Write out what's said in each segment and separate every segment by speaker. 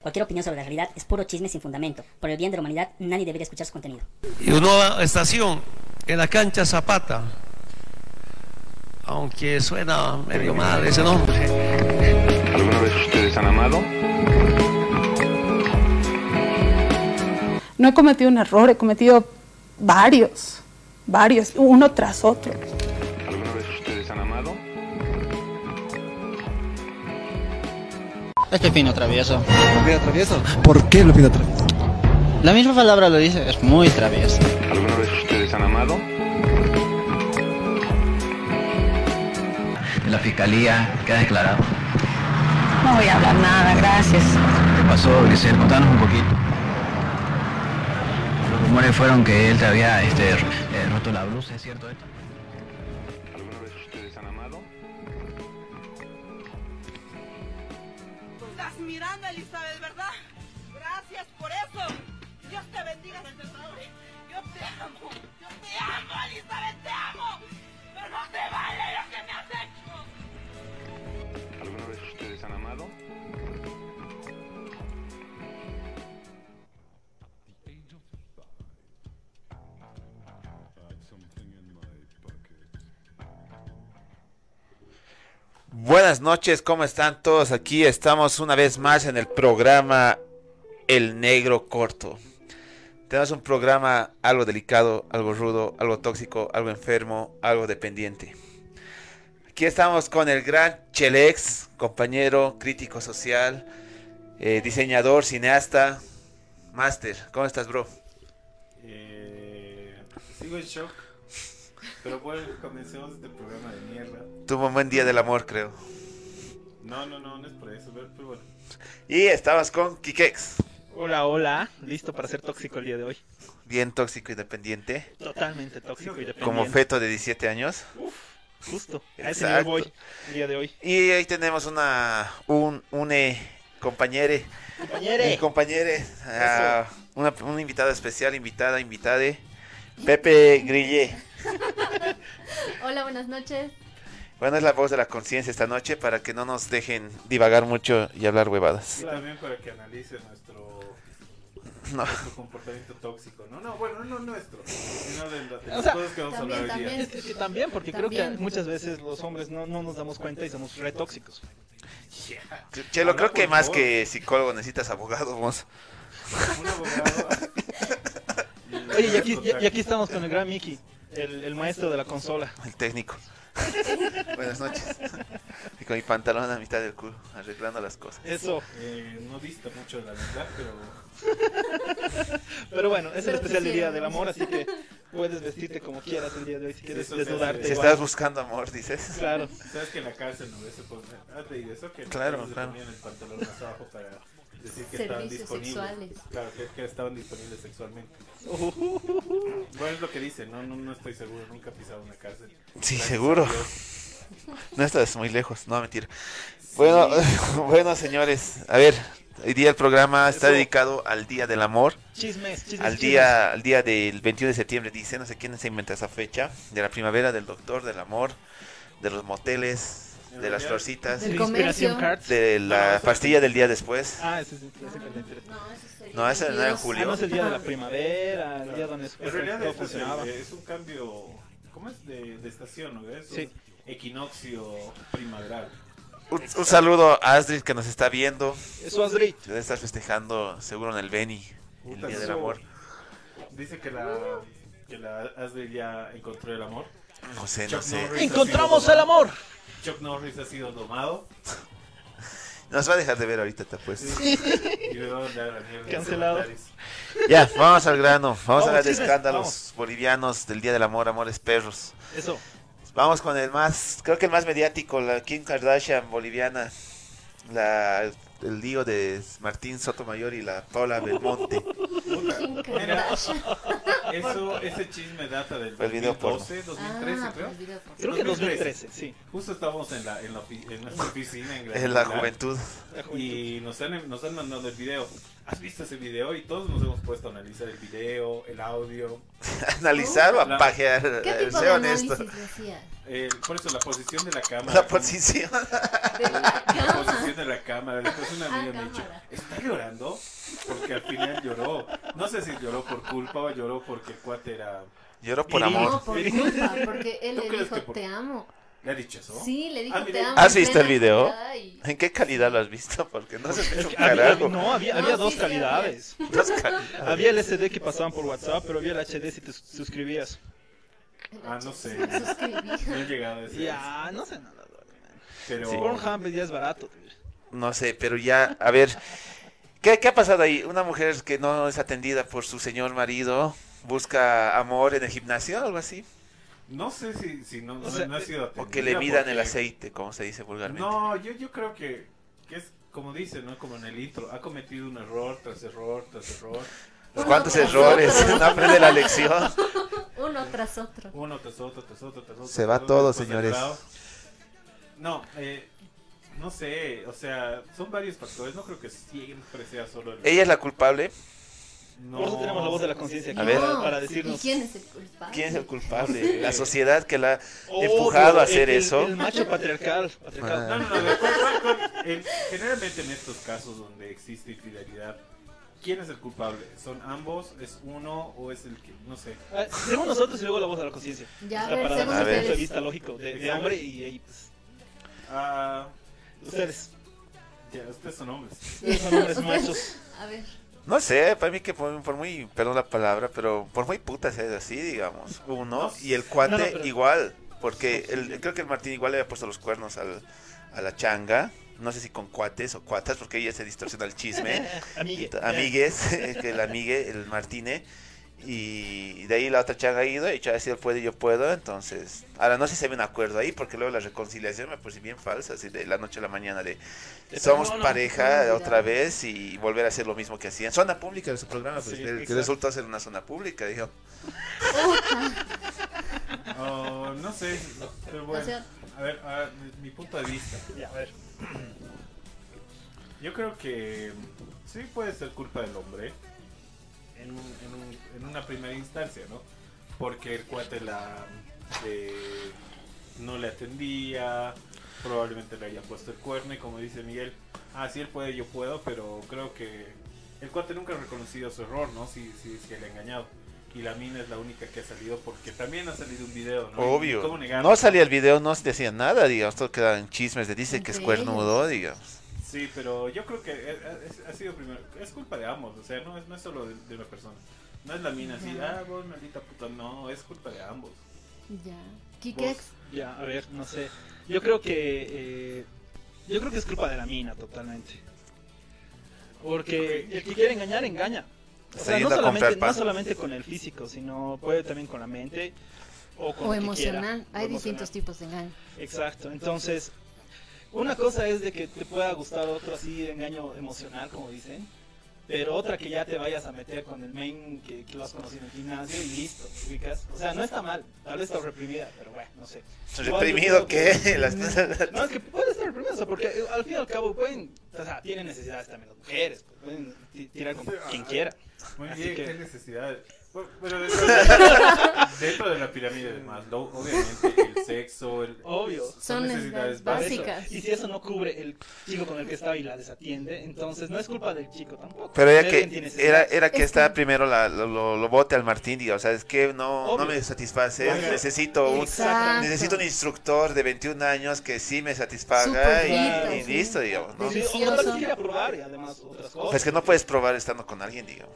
Speaker 1: Cualquier opinión sobre la realidad es puro chisme sin fundamento. Por el bien de la humanidad, nadie debería escuchar su contenido.
Speaker 2: Y una nueva estación en la cancha Zapata. Aunque suena medio mal ese nombre.
Speaker 3: ¿Alguna vez ustedes han amado?
Speaker 4: No he cometido un error, he cometido varios, varios, uno tras otro.
Speaker 3: ¿Alguna vez ustedes han amado?
Speaker 5: Es que fino Este travieso.
Speaker 6: ¿Por qué lo pido travieso?
Speaker 5: La misma palabra lo dice, es muy travieso.
Speaker 3: ¿Alguna vez ustedes han amado?
Speaker 7: La fiscalía, ¿qué ha declarado?
Speaker 8: No voy a hablar nada, gracias.
Speaker 7: ¿Qué pasó, Grisel? Contanos un poquito. Los rumores fueron que él te había este, eh, roto la blusa, ¿es cierto esto?
Speaker 3: ¿Alguna vez ustedes han amado?
Speaker 9: Estás mirando, Elizabeth, ¿verdad? Gracias por eso. Dios te bendiga, Señor. Yo te amo. Yo te amo, Elizabeth, te amo. Pero no te vale lo que me has hecho.
Speaker 3: ¿Alguna vez ustedes han amado?
Speaker 10: Buenas noches, ¿cómo están todos? Aquí estamos una vez más en el programa El Negro Corto. Tenemos un programa algo delicado, algo rudo, algo tóxico, algo enfermo, algo dependiente. Aquí estamos con el gran Chelex, compañero, crítico social, eh, diseñador, cineasta, máster. ¿Cómo estás, bro?
Speaker 11: Eh, sigo en shock. Pero bueno, comencemos este programa de mierda.
Speaker 10: Tuvo un buen día del amor, creo.
Speaker 11: No, no, no, no es por eso, pero pero bueno.
Speaker 10: Y estabas con Kikex,
Speaker 12: Hola, hola, listo para ser tóxico el día de hoy.
Speaker 10: bien tóxico y dependiente,
Speaker 12: Totalmente tóxico y dependiente.
Speaker 10: como feto de 17 años.
Speaker 12: Justo, a ese nivel
Speaker 10: Exacto.
Speaker 12: voy el día de hoy.
Speaker 10: Y ahí tenemos una un une compañere, un compañere, ah, una, una invitada especial, invitada, invitade, Pepe Grille.
Speaker 13: Hola, buenas noches.
Speaker 10: Bueno, es la voz de la conciencia esta noche para que no nos dejen divagar mucho y hablar huevadas.
Speaker 11: Y también para que analice nuestro,
Speaker 10: No.
Speaker 11: nuestro comportamiento tóxico. No, no, bueno, no nuestro, sino de, la- de
Speaker 12: O
Speaker 11: las
Speaker 12: sea,
Speaker 11: cosas que vamos a
Speaker 13: también,
Speaker 11: hablar hoy día.
Speaker 13: también.
Speaker 12: Es que sí, también, porque creo que
Speaker 13: También.
Speaker 12: muchas veces los hombres no, no nos damos cuenta y somos re tóxicos.
Speaker 10: Chelo,
Speaker 11: Habla,
Speaker 10: creo que
Speaker 11: por
Speaker 10: más
Speaker 11: favor.
Speaker 10: que psicólogo necesitas abogado, vos.
Speaker 11: Un abogado.
Speaker 12: Oye, y aquí, y- y aquí estamos con el gran Mickey, el, el maestro de la consola.
Speaker 10: El técnico. Buenas noches. Y con mi pantalón a mitad del culo, arreglando las cosas.
Speaker 12: Eso,
Speaker 11: Eh, no dista mucho de la verdad, pero
Speaker 12: pero bueno, es el
Speaker 13: Pero
Speaker 12: especial del día
Speaker 13: quisieron.
Speaker 12: del amor, así que puedes vestirte como quieras el día de hoy si quieres
Speaker 11: Eso sí,
Speaker 12: desnudarte.
Speaker 10: Si
Speaker 11: sí,
Speaker 12: igual.
Speaker 10: estás buscando amor, dices.
Speaker 12: Claro,
Speaker 11: sabes que en la cárcel no ves se pone. Ah, te diré eso que
Speaker 10: Claro,
Speaker 11: entonces
Speaker 10: claro.
Speaker 11: ponían el pantalón más abajo para decir que estaban
Speaker 13: Servicios
Speaker 11: disponibles.
Speaker 13: sexuales.
Speaker 11: Claro, que, que estaban disponibles sexualmente. Bueno, es lo que dicen, no, no, no estoy seguro, nunca he pisado una cárcel.
Speaker 10: Sí,
Speaker 11: Gracias a
Speaker 10: seguro.
Speaker 11: Dios.
Speaker 10: No estás muy lejos, no, mentira. Bueno, bueno, señores, a ver, hoy día el programa está
Speaker 12: Eso.
Speaker 10: dedicado al Día del Amor,
Speaker 12: chismes, chismes.
Speaker 10: al
Speaker 12: chismes.
Speaker 10: día, al día del 21 de septiembre, dice, no sé quién se inventa esa fecha, de la primavera, del doctor, del amor, de los moteles, de las florcitas,
Speaker 13: Del
Speaker 12: Sí, Inspiración
Speaker 13: comercio.
Speaker 12: Cards.
Speaker 10: de la pastilla del día después.
Speaker 12: Ah, ese sí, ese que te interesa.
Speaker 13: No, eso sería
Speaker 10: No, ese no era en julio.
Speaker 12: Ah, no es el día de la primavera, el día donde
Speaker 11: En realidad
Speaker 12: supuestamente todo
Speaker 11: esto es,
Speaker 12: funcionaba.
Speaker 11: el- eh, es un cambio, ¿cómo es? De, de estación, ¿no? Es un
Speaker 12: Sí.
Speaker 11: equinoccio primaveral.
Speaker 10: Un, un saludo a Astrid que nos está viendo,
Speaker 12: Eso es Drit.
Speaker 10: debe estar festejando seguro en el Beni, el
Speaker 11: Puta,
Speaker 10: Día del
Speaker 11: eso-
Speaker 10: Amor.
Speaker 11: Dice que la, que la Ashley ya encontró el amor.
Speaker 10: No sé, no
Speaker 11: Chuck
Speaker 10: sé.
Speaker 11: Norris.
Speaker 12: Encontramos el amor.
Speaker 11: Chuck Norris ha sido domado
Speaker 10: Nos va a dejar de ver ahorita, te apuesto.
Speaker 11: y le va a mandar a la mierda.
Speaker 12: Cancelado.
Speaker 11: comentarios.
Speaker 10: Ya, vamos al grano. Vamos, a hablar de
Speaker 12: chismes,
Speaker 10: escándalos
Speaker 12: vamos.
Speaker 10: bolivianos del Día del Amor, amores perros.
Speaker 12: Eso.
Speaker 10: Vamos con el más, creo que el más mediático, la Kim Kardashian boliviana. La, el lío de Martín Sotomayor y la Paula Belmonte.
Speaker 13: Kim Kardashian.
Speaker 11: Eso, ese chisme data del
Speaker 10: El video porno.
Speaker 11: 2012, 2013,
Speaker 9: Ah,
Speaker 11: creo.
Speaker 9: el video porno.
Speaker 12: Creo que 2013, sí.
Speaker 11: Justo estábamos en, la, en, la, ofi- en nuestra oficina en Gran
Speaker 10: En la
Speaker 11: Pilar.
Speaker 10: juventud.
Speaker 11: Y nos han, nos han mandado el video. ¿Has visto ese video? Y todos nos hemos puesto a analizar el video, el audio.
Speaker 10: ¿Analizar o a
Speaker 12: Uh,
Speaker 11: La-
Speaker 10: pajear?
Speaker 9: ¿Qué tipo
Speaker 10: Sé
Speaker 9: de
Speaker 10: honesto.
Speaker 9: análisis decías?
Speaker 11: Eh, por eso, la posición de la cámara.
Speaker 10: La posición.
Speaker 11: La posición de la cámara. Después una
Speaker 9: Ah,
Speaker 11: amiga me ha dicho,
Speaker 9: cámara.
Speaker 11: ¿está llorando? Porque al final lloró. No sé si lloró por culpa o lloró porque el cuate era...
Speaker 10: Lloró por
Speaker 11: Herido.
Speaker 10: amor.
Speaker 9: No, por culpa, porque él
Speaker 11: ¿Tú
Speaker 9: le
Speaker 11: crees
Speaker 9: dijo
Speaker 11: que por-
Speaker 9: te amo.
Speaker 11: ¿Le ha dicho eso?
Speaker 9: Sí, le dijo
Speaker 11: Ah,
Speaker 9: te
Speaker 11: mira.
Speaker 9: amo.
Speaker 10: ¿Has visto el
Speaker 9: Plena
Speaker 10: video?
Speaker 9: ciudad y-
Speaker 10: ¿En qué calidad lo has visto? Porque no se me hizo un
Speaker 12: Había-
Speaker 10: carajo.
Speaker 12: no, había, había
Speaker 9: No,
Speaker 12: dos
Speaker 9: Ah, sí, sí,
Speaker 12: calidades.
Speaker 10: Dos calidades.
Speaker 12: Había el SD que pasaban por WhatsApp, pero había el HD si te sus- suscribías.
Speaker 11: Ah, no sé. No he
Speaker 9: Suscribí.
Speaker 11: llegado a ese.
Speaker 12: Ya, no sé nada.
Speaker 11: Pero...
Speaker 10: Sí.
Speaker 12: Pornhub ya es barato. tío.
Speaker 10: No sé, pero ya, a ver. ¿qué, qué ha pasado ahí? Una mujer que no es atendida por su señor marido busca amor en el gimnasio, algo así.
Speaker 11: No sé si, si no, no,
Speaker 12: sea,
Speaker 11: no ha sido atendida
Speaker 10: O que le midan el
Speaker 11: porque-
Speaker 10: aceite, como se dice vulgarmente.
Speaker 11: No, yo, yo creo que, que es como dice, ¿no? Como en el intro, ha cometido un error tras error tras error,
Speaker 10: Los Pues, ¿Cuántos errores? No aprende la lección.
Speaker 9: Uno tras otro.
Speaker 11: uno tras otro, tras otro, tras otro.
Speaker 10: Se
Speaker 11: tras
Speaker 10: va
Speaker 11: otro,
Speaker 10: todo,
Speaker 11: después del
Speaker 10: señores.
Speaker 11: lado. No, eh, no sé, o sea, son varios factores, no creo que siempre sea solo el...
Speaker 10: Ella es la culpable.
Speaker 11: No.
Speaker 12: Por eso tenemos la voz de la conciencia aquí
Speaker 10: A ver.
Speaker 12: para,
Speaker 9: No,
Speaker 12: para
Speaker 9: ¿Y
Speaker 12: decirnos.
Speaker 9: quién es el culpable?
Speaker 10: ¿Quién es el culpable? La sociedad que la ha
Speaker 12: Oh,
Speaker 10: empujado a
Speaker 12: el-
Speaker 10: hacer
Speaker 12: el-
Speaker 10: eso.
Speaker 12: El macho patriarcal. patriarcal.
Speaker 11: No, no, no, de acuerdo, de acuerdo. El- generalmente en estos casos donde existe infidelidad, ¿quién es el culpable? ¿Son ambos? ¿Es uno o es el que, no sé?
Speaker 12: Ah, Según nosotros y luego la voz de la conciencia. O
Speaker 9: Ya, a
Speaker 12: sea,
Speaker 9: ver,
Speaker 12: Ah, para nuestro
Speaker 9: según
Speaker 10: ver.
Speaker 12: punto de
Speaker 9: ustedes.
Speaker 12: vista lógico de, de
Speaker 11: Exacto.
Speaker 12: hombre y, y, pues,
Speaker 11: Ah,
Speaker 12: ustedes.
Speaker 11: ya, ustedes son hombres.
Speaker 12: Ustedes son hombres machos.
Speaker 9: A ver.
Speaker 10: No sé, para mí que por, por muy, perdón la palabra, pero por muy puta sea así, digamos. Uno
Speaker 11: No,
Speaker 10: y el cuate
Speaker 12: no, no, pero-
Speaker 10: igual. Porque el, creo que el Martín igual le había puesto los cuernos al, a la changa. No sé si con cuates o cuatas, porque ella se distorsiona el chisme.
Speaker 12: Amigue.
Speaker 10: Ento- Amigues, que el amigue, el Martine. Y de ahí la otra changa ha ido y ha decidido puede, yo puedo. Entonces, ahora no sé si hay un acuerdo ahí, porque luego la reconciliación me puse bien falsa, así de la noche a la mañana de somos
Speaker 12: No, no,
Speaker 10: pareja
Speaker 9: no, no.
Speaker 10: otra vez y volver a hacer lo mismo que hacían. Zona pública de su programa, pues,
Speaker 12: Sí,
Speaker 10: que- que
Speaker 12: exacto.
Speaker 10: resultó ser una zona pública, dijo.
Speaker 11: Oh, no sé, pero bueno.
Speaker 9: O sea-
Speaker 11: a ver, a ver, mi- mi punto de vista.
Speaker 12: Ya, a ver.
Speaker 11: Yo creo que mm, sí puede ser culpa del hombre en, un- en un- en una primera instancia, ¿no? Porque el cuate la eh, no le atendía, probablemente le haya puesto el cuerno y como dice Miguel, ah, sí él puede, yo puedo, pero creo que el cuate nunca ha reconocido su error, ¿no? Si, si, si le ha engañado. Y la mina es la única que ha salido porque también ha salido un video, ¿no? Y
Speaker 10: Obvio.
Speaker 11: ¿Cómo negarlo?
Speaker 10: No salía el video, no se decía nada, digamos. Todo quedaba en chismes de dice que es
Speaker 9: Sí.
Speaker 10: cuernudo, digamos.
Speaker 11: Sí, pero yo creo que eh, eh, es- ha sido primero. Es culpa de ambos, o sea, no es, no es solo de, de una persona. No es la mina así, ah, vos maldita puta. No, es culpa de ambos.
Speaker 9: Ya. Kikex.
Speaker 12: Ya, a ver, no sé. Yo creo que. eh, yo creo que es culpa de la mina, totalmente. Porque el que quiere engañar, engaña. O
Speaker 10: Está
Speaker 12: sea, no
Speaker 10: yendo a
Speaker 12: solamente,
Speaker 10: comprar pan.
Speaker 12: no solamente con el físico, sino puede también con la mente o con lo
Speaker 9: O
Speaker 12: que quiera.
Speaker 9: emocional.
Speaker 12: O
Speaker 9: Hay
Speaker 12: emocional.
Speaker 9: distintos tipos de engaño.
Speaker 12: Exacto, entonces. Una cosa es de que te pueda gustar otro así de engaño emocional, como dicen. Pero otra que ya te vayas a meter con el main que, que lo has conocido en el gimnasio y listo, ubicas. O sea, no está mal, tal vez está reprimida, pero bueno, no sé.
Speaker 10: Reprimido que las
Speaker 12: No, es que puede estar reprimido, o sea, porque eh, al fin y al cabo pueden, o sea, tienen necesidades también las mujeres, pues, pueden ti- tirar con quien quiera.
Speaker 11: Muy
Speaker 12: Así
Speaker 11: bien,
Speaker 12: que-
Speaker 11: qué necesidad. Bueno, Pero dentro de, dentro de la pirámide de Maslow, obviamente el sexo, el,
Speaker 12: Obvio.
Speaker 9: Son necesidades
Speaker 12: Por eso,
Speaker 9: básicas.
Speaker 12: Y si eso no cubre el chico con el que estaba y la desatiende, entonces no es culpa del chico tampoco.
Speaker 10: Pero era
Speaker 12: Cada quien tiene
Speaker 10: que, era,
Speaker 12: necesidades.
Speaker 10: era que
Speaker 9: Es
Speaker 10: estaba
Speaker 9: que-
Speaker 10: primero la- lo, lo- lo bote al Martín, diga, o sea, es que no, no
Speaker 12: Obvio.
Speaker 10: me satisface,
Speaker 12: Oiga.
Speaker 10: necesito un,
Speaker 9: Exacto.
Speaker 10: necesito un instructor de 21 años que sí me satisfaga
Speaker 9: Súper
Speaker 10: y,
Speaker 9: rico,
Speaker 10: y
Speaker 9: sí.
Speaker 10: listo, digamos, ¿no?
Speaker 12: Sí, o
Speaker 9: Delicioso.
Speaker 12: tal vez quiera probar y además otras cosas.
Speaker 10: Pues que no puedes probar estando con alguien, digamos,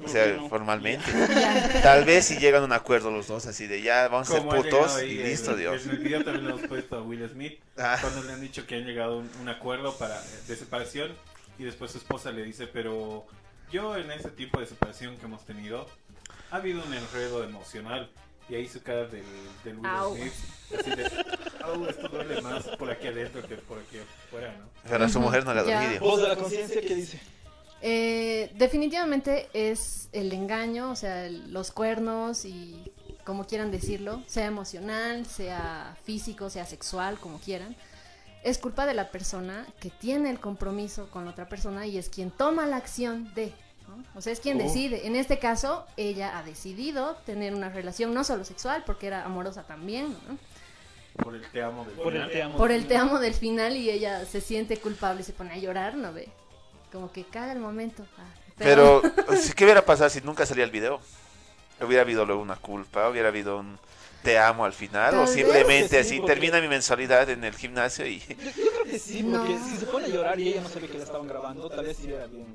Speaker 10: o
Speaker 12: ¿Por
Speaker 10: sea,
Speaker 12: qué no?
Speaker 10: formalmente.
Speaker 9: Ya.
Speaker 10: Tal vez si llegan a un acuerdo los dos, así de ya, vamos a ser
Speaker 11: Como ha llegado
Speaker 10: putos
Speaker 11: ahí
Speaker 10: y
Speaker 11: el-
Speaker 10: listo, Dios.
Speaker 11: En el video también lo hemos puesto a Will Smith
Speaker 10: Ah.
Speaker 11: cuando le han dicho que han llegado a un, un acuerdo para de separación y después su esposa le dice, pero yo en ese tipo de separación que hemos tenido ha habido un enredo emocional y ahí su cara del, del Will
Speaker 9: Au.
Speaker 11: Smith así de, "Au, esto duele más por aquí adentro que por aquí afuera, ¿no?
Speaker 10: Pero a su mujer no le
Speaker 9: Ya.
Speaker 10: dormí, digamos.
Speaker 12: Voz de la conciencia que dice.
Speaker 9: Eh, definitivamente es el engaño, o sea, el- los cuernos y como quieran decirlo, sea emocional, sea físico, sea sexual, como quieran. Es culpa de la persona que tiene el compromiso con la otra persona y es quien toma la acción de, ¿no? O sea, es quien
Speaker 14: Oh.
Speaker 9: decide. En este caso, ella ha decidido tener una relación no solo sexual, porque era amorosa también, ¿no?
Speaker 11: Por el te amo del
Speaker 12: Por el
Speaker 11: final.
Speaker 12: te amo.
Speaker 9: por el te amo del final y ella se siente culpable y se pone a llorar, ¿no ve? Como que caga el momento. Ah,
Speaker 10: Pero, sí, ¿qué hubiera pasado si nunca salía el video? Hubiera habido luego una culpa, hubiera habido un te amo al final, o
Speaker 12: Tal
Speaker 10: simplemente
Speaker 12: vez. Sí,
Speaker 10: así
Speaker 12: porque-
Speaker 10: termina mi mensualidad en el gimnasio y
Speaker 12: Yo creo que sí, porque si se pone a llorar y ella no sabía que la estaban grabando, tal vez sí era bien,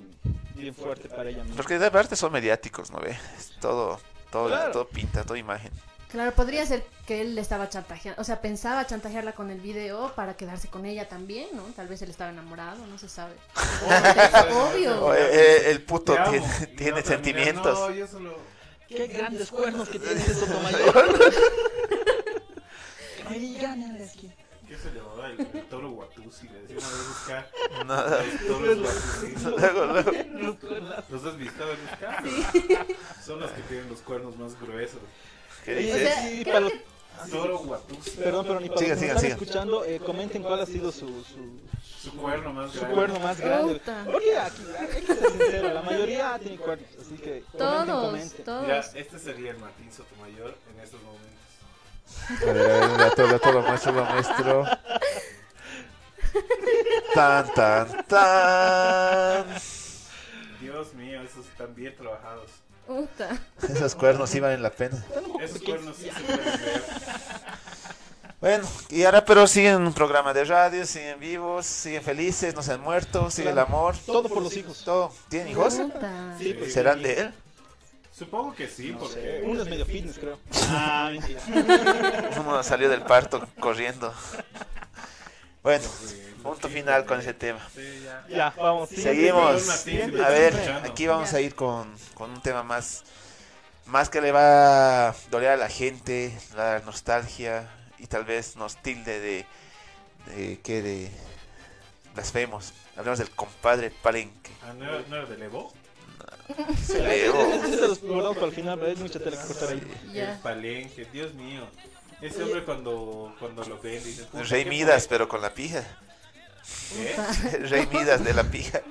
Speaker 12: bien fuerte para ella misma.
Speaker 10: porque de parte son mediáticos, ¿no ve? Es todo, todo,
Speaker 12: Claro.
Speaker 10: todo pinta, toda imagen.
Speaker 9: Claro, podría ser que él le estaba chantajeando, o sea, pensaba chantajearla con el video para quedarse con ella también, ¿no? Tal vez él estaba enamorado, no se sabe. Obvio.
Speaker 10: O, eh, eh, el puto
Speaker 11: Te amo. Y la
Speaker 10: tiene, tiene
Speaker 11: otra, mira,
Speaker 10: sentimientos.
Speaker 11: no, yo solo-
Speaker 12: Qué grandes cuernos que tiene ese Sotomayor. Me digan en la esquina.
Speaker 11: ¿Qué se le va el, el toro guatusi? Le decía una vez buscar.
Speaker 10: Nada.
Speaker 11: Los toros guatusi.
Speaker 10: Luego, luego.
Speaker 11: ¿Los has visto en los carros? Son los que tienen los cuernos más gruesos.
Speaker 10: ¿Qué
Speaker 12: dices? O sea, creo para los- que-
Speaker 11: Toro guatusi.
Speaker 12: Perdón, pero ni para
Speaker 10: Siga,
Speaker 12: los que
Speaker 10: siga,
Speaker 12: nos están
Speaker 10: siga.
Speaker 12: escuchando, eh, comenten cuál ha sido su, su,
Speaker 11: Su cuerno más
Speaker 12: su
Speaker 11: grande.
Speaker 12: cuerno más grande.
Speaker 11: Puta.
Speaker 12: Porque aquí, hay que ser sincero, la mayoría tiene cuernos, así que comenten, comenten.
Speaker 11: Mira, este sería el Martín Sotomayor en estos momentos.
Speaker 10: A ver, a ver, eh, la toro, la toro, muestro, lo muestro. Tan, tan, tan.
Speaker 11: Dios mío, esos están bien trabajados.
Speaker 9: Puta.
Speaker 10: Esos cuernos sí valen la pena.
Speaker 11: Esos cuernos sí se pueden ver.
Speaker 10: Bueno, y ahora pero siguen un programa de radio, siguen vivos, siguen felices, no se han muerto, sigue el amor.
Speaker 12: Todo por los hijos.
Speaker 10: Todo. ¿Tienen hijos?
Speaker 9: Puta.
Speaker 12: Sí, pues,
Speaker 10: ¿Serán
Speaker 12: sí.
Speaker 10: de él?
Speaker 11: Supongo que sí, porque...
Speaker 12: Eh, Uno es medio fitness, creo. Ah, mentira.
Speaker 10: Uno salió del parto corriendo. Bueno,
Speaker 12: Pues,
Speaker 10: punto final con ese tema.
Speaker 12: Ya, vamos.
Speaker 10: Seguimos. A ver, aquí vamos a ir con, con un tema más, más que le va a doler a la gente, la nostalgia y tal vez nos tilde de, de que de blasfemos. Hablemos del compadre Palenque.
Speaker 11: Ah, ¿No era, no era de Levo?
Speaker 10: Se elevó.
Speaker 12: Este se los guardamos para el final, pero hay mucha tela que cortar ahí.
Speaker 11: El palenque, Dios mío. Ese hombre cuando, cuando lo ven dice... "Puta,
Speaker 10: Rey
Speaker 11: qué
Speaker 10: Midas, pero con la pija.
Speaker 11: Puta.
Speaker 10: Rey Midas de la pija.
Speaker 12: ¿Eh?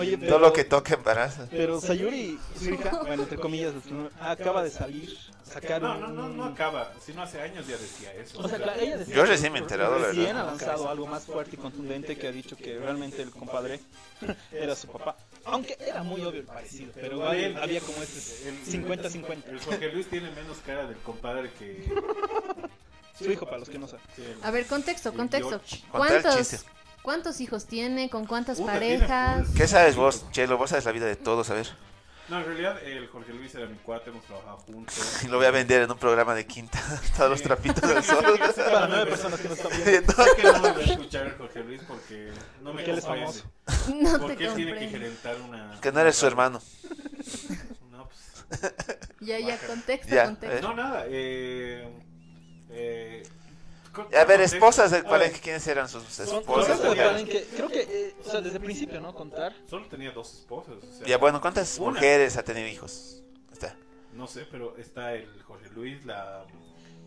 Speaker 12: Oye,
Speaker 10: Todo
Speaker 12: pero-
Speaker 10: lo que toca embaraza.
Speaker 12: Pero Sayuri, su hija, bueno, entre comillas, acaba de salir, sacar
Speaker 11: No,
Speaker 12: un-
Speaker 11: no, no, no acaba. Si no hace años ya decía eso.
Speaker 12: O sea, claro, ella decía
Speaker 10: Yo
Speaker 12: que
Speaker 10: recién me he enterado, la
Speaker 12: Recién ha
Speaker 10: verdad.
Speaker 12: lanzado algo más fuerte y contundente que ha dicho que realmente el compadre era su papá. Aunque era muy obvio el parecido, pero había, había como ese
Speaker 11: El-
Speaker 12: 50-50.
Speaker 11: El Jorge Luis tiene menos cara del compadre que...
Speaker 12: Su hijo, para los que no saben.
Speaker 9: A ver, contexto,
Speaker 11: El
Speaker 9: contexto.
Speaker 11: George.
Speaker 10: Contar el chiste.
Speaker 9: ¿Cuántos, ¿Cuántos hijos tiene? ¿Con cuántas parejas?
Speaker 10: ¿Qué sabes vos, Chelo? Vos sabes la vida de todos, a ver.
Speaker 11: No, en realidad el Jorge Luis era mi cuate, hemos trabajado juntos.
Speaker 10: Y lo voy a vender en un programa de quinta. Todos los trapitos del sol.
Speaker 12: Para nueve personas que no están viendo.
Speaker 11: Es que no me voy a escuchar el Jorge Luis porque no me
Speaker 12: Porque él es
Speaker 11: comprende.
Speaker 12: famoso.
Speaker 9: No te
Speaker 11: Porque él tiene que
Speaker 9: comprende.
Speaker 11: gerentar una...
Speaker 10: Que no eres su hermano.
Speaker 11: No, pues...
Speaker 9: Ya, ya, contexto,
Speaker 10: Ya,
Speaker 9: contexto.
Speaker 11: No, nada, eh... eh co-
Speaker 10: A ver,
Speaker 11: contexto.
Speaker 10: esposas del
Speaker 11: A
Speaker 10: Palenque,
Speaker 11: ver,
Speaker 10: ¿quiénes eran sus
Speaker 11: Son-
Speaker 10: esposas?
Speaker 11: son-
Speaker 12: Recuerden que- creo que, eh, o sea, desde el principio, ¿no? Contar.
Speaker 11: Solo tenía dos esposas. o sea,
Speaker 10: Ya, bueno, ¿cuántas
Speaker 11: una-
Speaker 10: mujeres ha tenido hijos? Está.
Speaker 11: No sé, pero está el Jorge Luis, la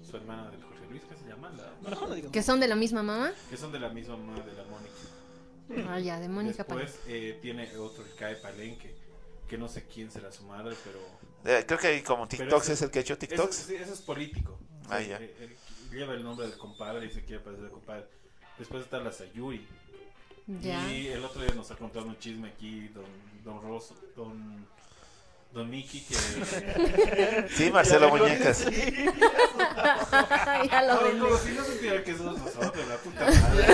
Speaker 11: su hermana del Jorge Luis, ¿qué se llama? La-
Speaker 12: Mejor no digamos.
Speaker 9: ¿Que son de la misma mamá?
Speaker 11: Que son de la misma mamá de la Mónica.
Speaker 9: Ah, ya, de Mónica Palenque.
Speaker 11: Después eh, tiene otro, el Cae Palenque, que no sé quién será su madre, pero...
Speaker 10: Eh, Creo que hay como
Speaker 11: pero
Speaker 10: TikToks
Speaker 11: ese-
Speaker 10: es el que ha hecho TikToks.
Speaker 11: ese- sí, ese es político.
Speaker 10: Ah,
Speaker 11: Sí,
Speaker 10: ya.
Speaker 11: eh, él lleva el nombre del compadre y se quiere parecer al compadre. Después está la Sayuri.
Speaker 9: Ya.
Speaker 11: Y el otro día nos ha contado un chisme aquí, don, don Rosso, don... Don Miki que...
Speaker 10: Sí, Marcelo Muñecas.
Speaker 9: ya lo
Speaker 11: Ah, No,
Speaker 9: vendí.
Speaker 11: Como si no supiera que somos nosotros, la puta madre.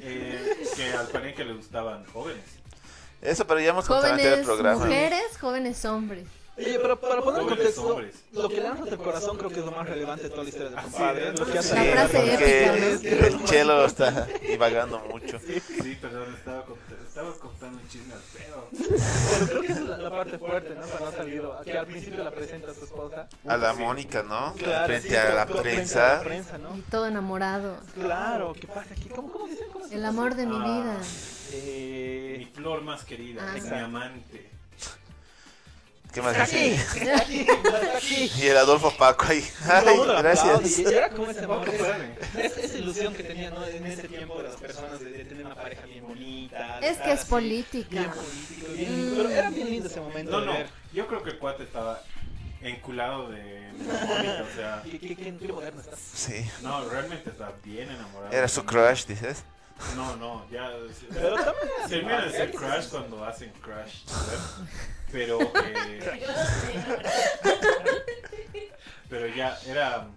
Speaker 11: Eh, que al palenque le gustaban jóvenes.
Speaker 10: Eso, pero ya hemos contado antes del
Speaker 9: Jóvenes
Speaker 10: programa.
Speaker 9: mujeres, jóvenes hombres.
Speaker 12: Oye, pero para poner en
Speaker 11: Pobres
Speaker 12: contexto,
Speaker 11: hombres.
Speaker 12: lo que lanza del corazón creo que es lo más relevante de toda la historia del compadre.
Speaker 11: es.
Speaker 12: Lo que
Speaker 11: La
Speaker 12: hace
Speaker 10: Sí, porque el Chelo está divagando mucho.
Speaker 11: Sí, perdón, estaba cont- estabas contando un chisme al pedo.
Speaker 12: Pero creo que esa es la, la parte fuerte, ¿no? Para no salir, que al principio la presenta a su esposa.
Speaker 10: A la Mónica, ¿no?
Speaker 12: Claro,
Speaker 10: Frente
Speaker 12: sí,
Speaker 10: a
Speaker 12: con-
Speaker 10: la
Speaker 12: con- frente a
Speaker 10: prensa.
Speaker 12: la prensa, ¿no?
Speaker 9: Y todo enamorado.
Speaker 12: Claro, ¿qué pasa aquí? ¿Cómo, cómo dicen? ¿Cómo se
Speaker 9: El
Speaker 12: llama?
Speaker 9: amor de mi
Speaker 12: Ah,
Speaker 9: vida.
Speaker 12: eh,
Speaker 11: flor más querida,
Speaker 9: Ah.
Speaker 11: mi
Speaker 9: Exacto.
Speaker 11: amante.
Speaker 10: ¿Qué más
Speaker 11: Está
Speaker 10: gracias?
Speaker 11: aquí, está
Speaker 12: Ah.
Speaker 11: aquí, está aquí.
Speaker 10: Y el Adolfo Paco ahí. Ay, gracias.
Speaker 12: Y era como ese amor, esa, esa- esa ilusión que tenían ¿no? en ese tiempo las personas de, de tener una pareja bien bonita. de
Speaker 9: Es
Speaker 12: estar
Speaker 9: que es
Speaker 12: así,
Speaker 9: política.
Speaker 12: Bien pues, político, bien lindo. Pero era bien lindo ese momento.
Speaker 11: No,
Speaker 12: de
Speaker 11: no,
Speaker 12: ver.
Speaker 11: yo creo que el cuate estaba enculado de enamoramiento, o sea.
Speaker 12: ¿Qué, qué, qué, qué moderno estás?
Speaker 10: Sí.
Speaker 11: No, realmente estaba bien enamorado.
Speaker 10: Era su crush, dices.
Speaker 11: No, no, ya.
Speaker 12: Pero también es
Speaker 11: Termina de
Speaker 12: parte,
Speaker 11: ser
Speaker 12: ¿eh?
Speaker 11: crush cuando hacen crush. ¿verdad? Pero. eh, pero ya, era.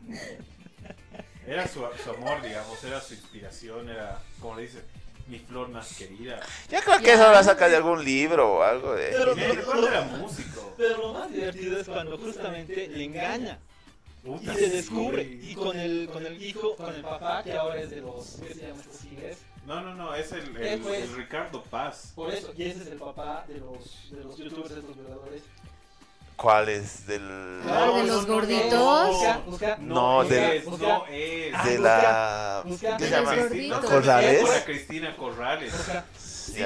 Speaker 11: Era su, su amor, digamos, era su inspiración, era, como le dice, mi flor más querida.
Speaker 10: Yo creo que eso la saca de algún libro o algo
Speaker 11: Pero,
Speaker 10: de.
Speaker 11: era músico.
Speaker 12: Pero lo más divertido es cuando justamente le engaña. Y
Speaker 11: Puta,
Speaker 12: se
Speaker 11: sí.
Speaker 12: descubre. Y con el, con el hijo, con el papá, que ahora es de los. ¿Qué se llama este estos ingleses?
Speaker 11: No, no, no, es el, el-
Speaker 12: Eh, pues.
Speaker 11: el Ricardo Paz.
Speaker 12: Por eso, y ese es el papá de los, de los youtubers, estos violadores.
Speaker 10: ¿Cuál es del.?
Speaker 9: Ah, de los gorditos.
Speaker 12: Busca, busca.
Speaker 10: No, de.
Speaker 11: es, no
Speaker 15: Ah,
Speaker 11: es.
Speaker 10: De la. ¿Qué se llama?
Speaker 11: Corrales.
Speaker 10: Corrales.
Speaker 11: Cristina Corrales.
Speaker 10: Ya,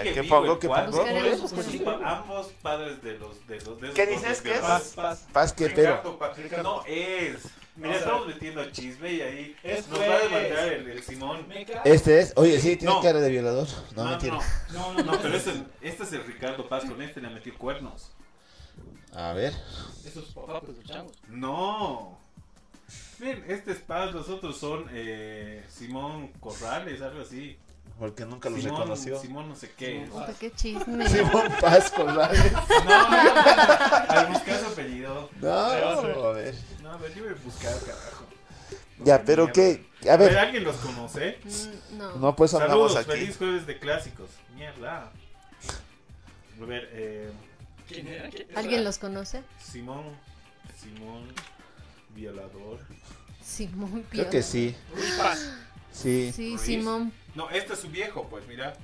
Speaker 11: Sigue
Speaker 10: ¿qué
Speaker 11: vivo
Speaker 10: pongo?
Speaker 11: el
Speaker 10: ¿Qué
Speaker 11: cuadro.
Speaker 10: pongo?
Speaker 9: Buscaremos,
Speaker 11: Ambos-
Speaker 9: buscaremos.
Speaker 11: Ambos padres de los. De los de
Speaker 10: ¿Qué
Speaker 11: esos
Speaker 10: dices
Speaker 11: dos
Speaker 10: que es?
Speaker 11: violadores.
Speaker 12: Paz.
Speaker 10: Paz que pero.
Speaker 11: Ricardo Paz, Ricardo- No es. Mira,
Speaker 12: Vamos a
Speaker 11: estamos metiendo chisme y ahí
Speaker 12: Es
Speaker 11: nos va a demandar
Speaker 12: juez.
Speaker 11: el, el Simón.
Speaker 12: Me cago.
Speaker 15: Este es. Oye, sí, tiene
Speaker 11: No.
Speaker 15: cara de violador. No,
Speaker 11: No, no,
Speaker 15: mentira.
Speaker 11: no,
Speaker 12: No,
Speaker 11: no, pero este, este es el Ricardo Paz, con este le metió cuernos.
Speaker 15: A ver.
Speaker 12: Esos papás, pues los changos.
Speaker 11: No. Miren, este es Paz, los otros son eh, Simón Corrales, algo así.
Speaker 15: Porque nunca los
Speaker 11: Simón,
Speaker 15: reconoció.
Speaker 11: Simón no sé qué.
Speaker 12: Simón Paz.
Speaker 9: Qué chisme.
Speaker 15: Simón Paz Corrales.
Speaker 11: No, no, no, al buscar su apellido.
Speaker 15: No, a ver.
Speaker 11: No, a ver, yo voy a buscar, carajo.
Speaker 15: Ya, pero qué. A
Speaker 11: ¿Pero
Speaker 15: ver.
Speaker 11: ¿Alguien los conoce?
Speaker 9: Mm, No.
Speaker 15: No, pues andamos
Speaker 11: Saludos,
Speaker 15: aquí.
Speaker 11: feliz jueves de clásicos. Mierda. A ver, eh,
Speaker 12: ¿Quién era? ¿Quién era?
Speaker 9: ¿Alguien los conoce?
Speaker 11: Simón, Simón, violador.
Speaker 9: Simón Pío.
Speaker 15: Creo que sí. Sí.
Speaker 9: Sí,
Speaker 11: Ruiz.
Speaker 9: Simón.
Speaker 11: No, este es su viejo, pues, mira.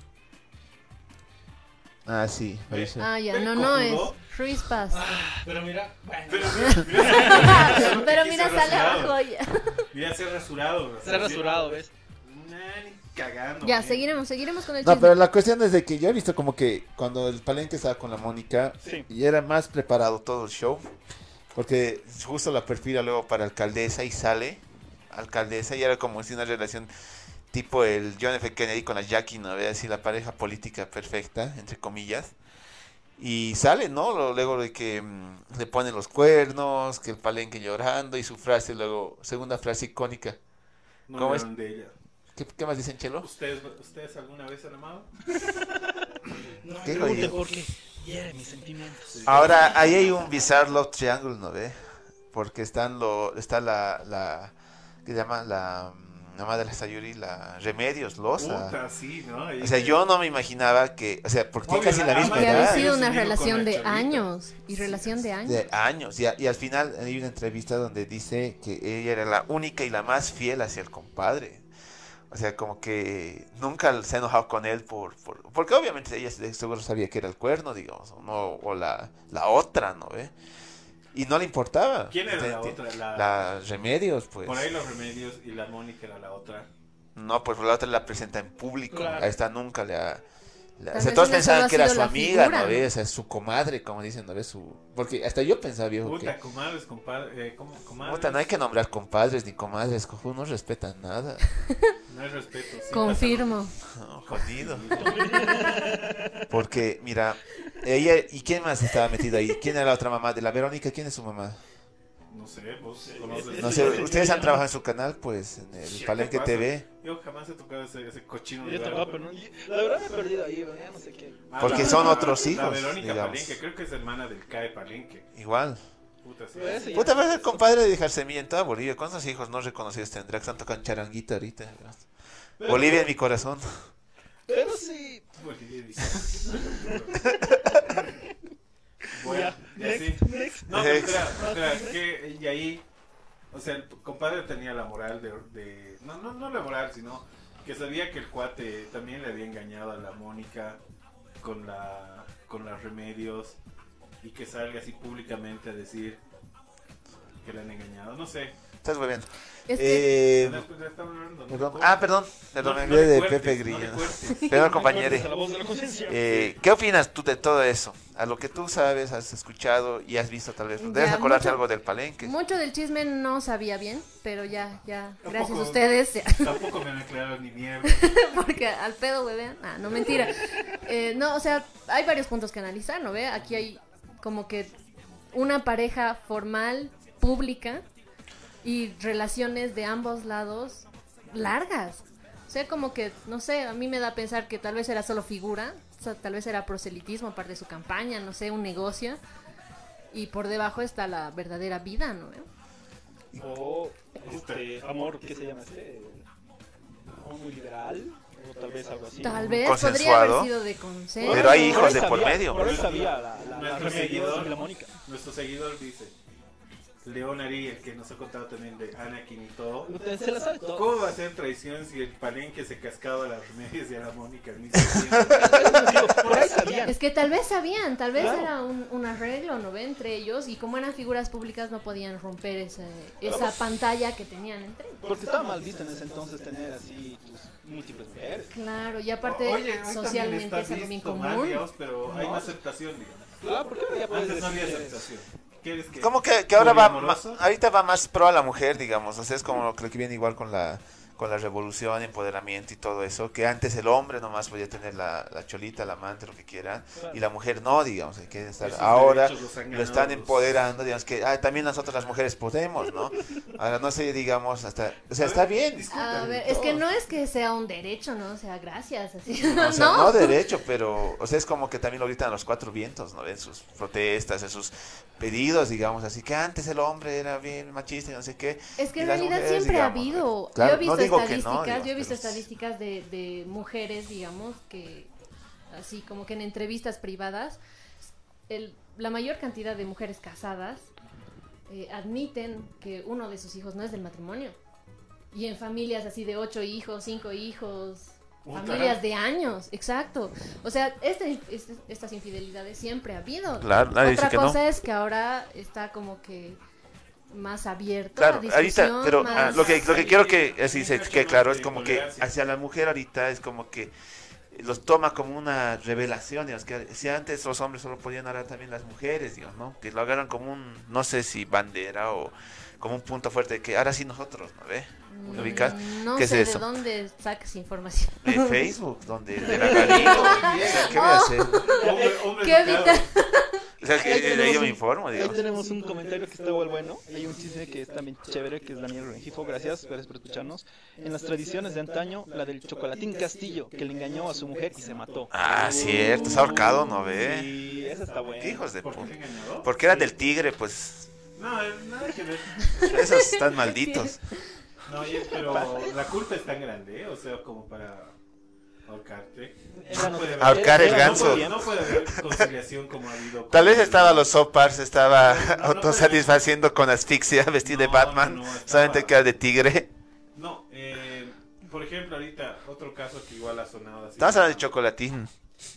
Speaker 15: Ah, sí. ahí sí.
Speaker 9: Ah, ya,
Speaker 11: ¿Ven
Speaker 9: no, no es.
Speaker 11: cojudo?
Speaker 9: Ruiz Paz.
Speaker 12: Pero mira, bueno.
Speaker 11: Ah, Pero mira,
Speaker 9: Pero mira,
Speaker 11: se ha
Speaker 9: sale
Speaker 11: rasurado.
Speaker 9: abajo ya.
Speaker 11: Mira, se ha rasurado.
Speaker 12: Se ha rasurado, ¿ves?
Speaker 11: Nah, ni cagando.
Speaker 9: Ya,
Speaker 11: man.
Speaker 9: seguiremos, seguiremos con el
Speaker 15: No,
Speaker 9: chisme.
Speaker 15: pero la cuestión es de que yo he visto como que cuando el palenque estaba con la Mónica
Speaker 12: Sí.
Speaker 15: y era más preparado todo el show, porque justo la perfila luego para alcaldesa y sale
Speaker 10: Alcaldesa y era como si una relación tipo el John F. Kennedy con la Jackie, ¿no? Era así la pareja política perfecta, entre comillas. Y sale, ¿no? Lo- Luego de que mm, le ponen los cuernos, que el palenque llorando y su frase, luego, segunda frase icónica.
Speaker 11: No
Speaker 10: ¿Cómo
Speaker 11: ¿Cómo
Speaker 10: es?
Speaker 11: de ella.
Speaker 10: ¿Qué, qué más dicen, Chelo?
Speaker 11: ¿Ustedes, ¿Ustedes alguna vez han amado?
Speaker 12: No me
Speaker 10: ¿Qué
Speaker 12: pregunten
Speaker 10: jodido?
Speaker 12: por qué. Hiere mis sentimientos.
Speaker 10: Ahora, ahí hay un bizarre love triangle, ¿no ve? Porque están lo, está la, la, ¿qué se llama? La, mm, la madre de la Sayuri, la Remedios Loza.
Speaker 11: Puta, sí, ¿no? Ahí-
Speaker 10: O sea, yo no me imaginaba que, o sea, porque tiene
Speaker 11: Obvio,
Speaker 10: casi la
Speaker 11: nada
Speaker 10: misma
Speaker 11: más.
Speaker 9: Que había
Speaker 10: edad,
Speaker 9: sido
Speaker 11: Yo
Speaker 9: una
Speaker 11: sí vivo
Speaker 9: relación
Speaker 11: con la
Speaker 9: de
Speaker 11: chavita.
Speaker 9: años. Y relación de años.
Speaker 10: de años. Y, a- y al final hay una entrevista donde dice que ella era la única y la más fiel hacia el compadre. O sea, como que nunca se ha enojado con él por, por- porque obviamente ella de seguro sabía que era el cuerno, digamos, o no, o la, la otra, ¿no ve? Y no le importaba.
Speaker 11: ¿Quién era la
Speaker 10: Enti-
Speaker 11: otra? La-
Speaker 10: la remedios, pues.
Speaker 11: Por ahí los remedios y la Mónica era la otra.
Speaker 10: No, pues la otra la presenta en público.
Speaker 12: Claro.
Speaker 10: A esta nunca le ha. le ha-
Speaker 9: Tal
Speaker 10: o sea,
Speaker 9: vez ella
Speaker 10: todos
Speaker 9: solo
Speaker 10: pensaban
Speaker 9: ha
Speaker 10: que era
Speaker 9: sido
Speaker 10: su
Speaker 9: la
Speaker 10: amiga,
Speaker 9: figura,
Speaker 10: ¿no ve?
Speaker 9: ¿no?
Speaker 10: O sea, su comadre, como dicen, ¿no ve? Su... Porque hasta yo pensaba, viejo, que.
Speaker 11: Puta, comadres, compadre. Eh, ¿Cómo? Comadres.
Speaker 10: Puta, no hay que nombrar compadres ni comadres, cojudo, no respetan nada.
Speaker 11: No hay respeto. sí,
Speaker 9: Confirmo.
Speaker 10: No, jodido.
Speaker 11: pasa lo mismo.
Speaker 10: Porque, mira, ella, ¿y quién más estaba metido ahí? ¿Quién era la otra mamá? ¿De la Verónica? ¿Quién es su mamá?
Speaker 11: No sé, vos conoces.
Speaker 10: No sé, ustedes han trabajado en su canal, pues, en el
Speaker 11: Sí,
Speaker 10: Palenque
Speaker 11: capaz.
Speaker 10: TV.
Speaker 11: Yo jamás he tocado ese, ese cochino
Speaker 12: Yo
Speaker 11: lugar.
Speaker 12: estaba, pero no- La verdad me he perdido ahí, pero ya no sé qué.
Speaker 11: Ah,
Speaker 10: Porque
Speaker 11: la-
Speaker 10: son
Speaker 11: la-
Speaker 10: otros
Speaker 11: la
Speaker 10: hijos,
Speaker 11: Verónica
Speaker 10: digamos.
Speaker 11: Palenque, creo que es hermana del CAE Palenque.
Speaker 10: Igual.
Speaker 11: Puta, sí.
Speaker 12: Pero
Speaker 16: Pues,
Speaker 12: eso ya-
Speaker 10: Puta, vez el compadre de Jarsemilla en toda Bolivia. ¿Cuántos hijos no reconocidos tendrá que están tocando charanguita ahorita?
Speaker 12: Pero-
Speaker 10: Bolivia en mi corazón.
Speaker 12: Pero sí.
Speaker 11: bueno,
Speaker 12: Ya,
Speaker 11: ya sí.
Speaker 12: next, next.
Speaker 11: No, pero
Speaker 10: Next.
Speaker 11: espera, espera, es que y ahí, o sea, el compadre tenía la moral de, de- no, no, no la moral, sino que sabía que el cuate también le había engañado a la Mónica con la, con los remedios y que salga así públicamente a decir que le han engañado, no sé,
Speaker 10: estás volviendo.
Speaker 9: Este-
Speaker 10: Eh, perdón, ah, perdón, perdón, me
Speaker 16: No, no
Speaker 10: olvidé de
Speaker 16: recuerdes,
Speaker 10: Pepe
Speaker 16: no
Speaker 10: Grillo.
Speaker 16: recuerdes.
Speaker 10: Perdón,
Speaker 16: No
Speaker 10: compañero.
Speaker 16: recuerdes a la voz de la conciencia.
Speaker 10: Eh, ¿Qué opinas tú de todo eso? A lo que tú sabes, has escuchado y has visto tal vez. Debes
Speaker 9: Ya,
Speaker 10: acordarte
Speaker 9: mucho-
Speaker 10: algo del palenque.
Speaker 9: Mucho del chisme no sabía bien, pero ya, ya, gracias
Speaker 11: Tampoco-
Speaker 9: a ustedes, ya.
Speaker 11: Tampoco me han aclarado ni mierda.
Speaker 9: porque al pedo huevean. Ah, no, mentira. Eh, no, o sea, hay varios puntos que analizar, ¿no ve? Aquí hay como que una pareja formal, pública, y relaciones de ambos lados largas. O sea, como que, no sé, a mí me da a pensar que tal vez era solo figura, o sea, tal vez era proselitismo, parte de su campaña, no sé, un negocio. Y por debajo está la verdadera vida, ¿no? ve?
Speaker 12: O este amor, ¿qué se llama este? Amor muy liberal. O tal vez algo así.
Speaker 9: Tal vez podría haber sido de consenso.
Speaker 10: Pero hay hijos
Speaker 12: Por ahí
Speaker 10: de
Speaker 12: sabía-
Speaker 10: por medio.
Speaker 12: Por ahí sabía la, la, la
Speaker 11: nuestro,
Speaker 12: seguidora
Speaker 11: seguidor,
Speaker 12: de la Mónica.
Speaker 11: nuestro seguidor dice: León Ari, el que nos ha contado también de Anakin y todo.
Speaker 12: Usted se la sabe todo.
Speaker 11: ¿Cómo va a ser traición si el palenque se cascaba a las remedias y a la Mónica al mismo tiempo?
Speaker 9: Es que tal vez sabían, tal vez
Speaker 11: Claro.
Speaker 9: era un, un arreglo, ¿no ve? Entre ellos, y como eran figuras públicas, no podían romper ese- esa
Speaker 11: pues
Speaker 12: Claro.
Speaker 9: pantalla que tenían entre ellos.
Speaker 12: Porque estaba mal visto en ese entonces tener así tus múltiples mujeres.
Speaker 9: Claro, y aparte,
Speaker 11: Oye, hoy también
Speaker 9: socialmente
Speaker 11: está
Speaker 9: es algo bien
Speaker 11: visto mal,
Speaker 9: común.
Speaker 11: digamos, pero hay
Speaker 12: No. Ah,
Speaker 11: una aceptación, digamos.
Speaker 12: Claro, porque ahora ya puedes
Speaker 11: Antes no había
Speaker 12: decir-
Speaker 11: aceptación. ¿Quieres que
Speaker 10: Como que, que ahora va, ma-
Speaker 11: poliamoroso?
Speaker 10: ahorita va más pro a la mujer, digamos. O sea, es como lo que viene igual con la, con la revolución, empoderamiento y todo eso. Que antes el hombre nomás podía tener la, la cholita, la amante, lo que quiera. Y la mujer no, digamos. que quiere estar-
Speaker 16: Esos
Speaker 10: ahora
Speaker 16: derechos los han
Speaker 10: lo
Speaker 16: ganado
Speaker 10: están
Speaker 16: los-
Speaker 10: empoderando, digamos que ah, también nosotros las mujeres podemos, ¿no? Ahora no sé, digamos, hasta. O sea, está bien.
Speaker 9: A ver, es que no es que sea un derecho, ¿no? O sea, gracias, así.
Speaker 10: No, o sea,
Speaker 9: no.
Speaker 10: no derecho, pero o sea, es como que también lo gritan a los cuatro vientos, ¿no? En sus protestas, en sus pedidos, digamos, así que antes el hombre era bien machista y no sé qué.
Speaker 9: Es que
Speaker 10: y
Speaker 9: en
Speaker 10: las
Speaker 9: realidad
Speaker 10: mujeres,
Speaker 9: siempre ha
Speaker 10: digamos,
Speaker 9: habido.
Speaker 10: Claro,
Speaker 9: yo he
Speaker 10: no
Speaker 9: visto
Speaker 10: digo que no,
Speaker 9: estadísticas,
Speaker 10: digamos,
Speaker 9: yo he visto
Speaker 10: pero-
Speaker 9: estadísticas de, de mujeres, digamos, que así como que en entrevistas privadas, el- la mayor cantidad de mujeres casadas eh, admiten que uno de sus hijos no es del matrimonio. Y en familias así de ocho hijos, cinco hijos,
Speaker 4: Puta.
Speaker 9: familias de años, exacto. O sea, este- este- estas infidelidades siempre ha habido.
Speaker 10: Claro, nadie
Speaker 9: Otra
Speaker 10: dice que no.
Speaker 9: cosa es que ahora está como que más abierto. la
Speaker 10: Claro,
Speaker 9: discusión,
Speaker 10: ahorita, pero ah,
Speaker 9: más-
Speaker 10: lo que lo que quiero que así se quede claro es como que hacia la mujer ahorita es como que los toma como una revelación, digamos, que si antes los hombres solo podían ahora también las mujeres, digamos, ¿no? Que lo agarran como un, no sé si bandera o como un punto fuerte de que ahora sí nosotros, ¿no ve?
Speaker 9: Mm,
Speaker 10: ¿Lo ubicas?
Speaker 9: No
Speaker 10: ¿Qué es
Speaker 9: sé
Speaker 10: eso?
Speaker 9: de dónde sacas información.
Speaker 10: De Facebook, donde de la Galindo. O sea, ¿Qué voy a hacer?
Speaker 12: Hombre- hombre
Speaker 9: ¿Qué
Speaker 12: educado.
Speaker 9: evita-
Speaker 10: O sea, que
Speaker 12: Ahí
Speaker 10: de ahí
Speaker 12: tenemos
Speaker 10: yo me
Speaker 12: un-
Speaker 10: informo, digamos.
Speaker 12: Ahí tenemos un comentario que está igual bueno. Hay un chisme que está bien chévere, que es Daniel Rengifo. Gracias, gracias por escucharnos. En las tradiciones de antaño, la del chocolatín Castillo, que le engañó a su mujer y se mató.
Speaker 10: Ah, cierto, es ahorcado, ¿no ve?
Speaker 12: Y esa está buena.
Speaker 10: ¿Qué hijos de puta?
Speaker 12: engañó?
Speaker 10: Porque era del tigre, pues
Speaker 11: No, eh, nada que ver.
Speaker 10: esos están malditos.
Speaker 11: No, oye, pero la culpa es tan grande, ¿eh? O sea, como para ahorcarte. No puede haber-
Speaker 10: Ahorcar el
Speaker 11: no
Speaker 10: ganso.
Speaker 11: puede- No puede haber conciliación como ha habido.
Speaker 10: Tal vez estaba los sopars, estaba autosatisfaciendo con asfixia, vestido de Batman, solamente que era de tigre.
Speaker 11: No, eh, por ejemplo, ahorita otro caso que igual ha sonado así.
Speaker 10: Estamos hablando de chocolatín.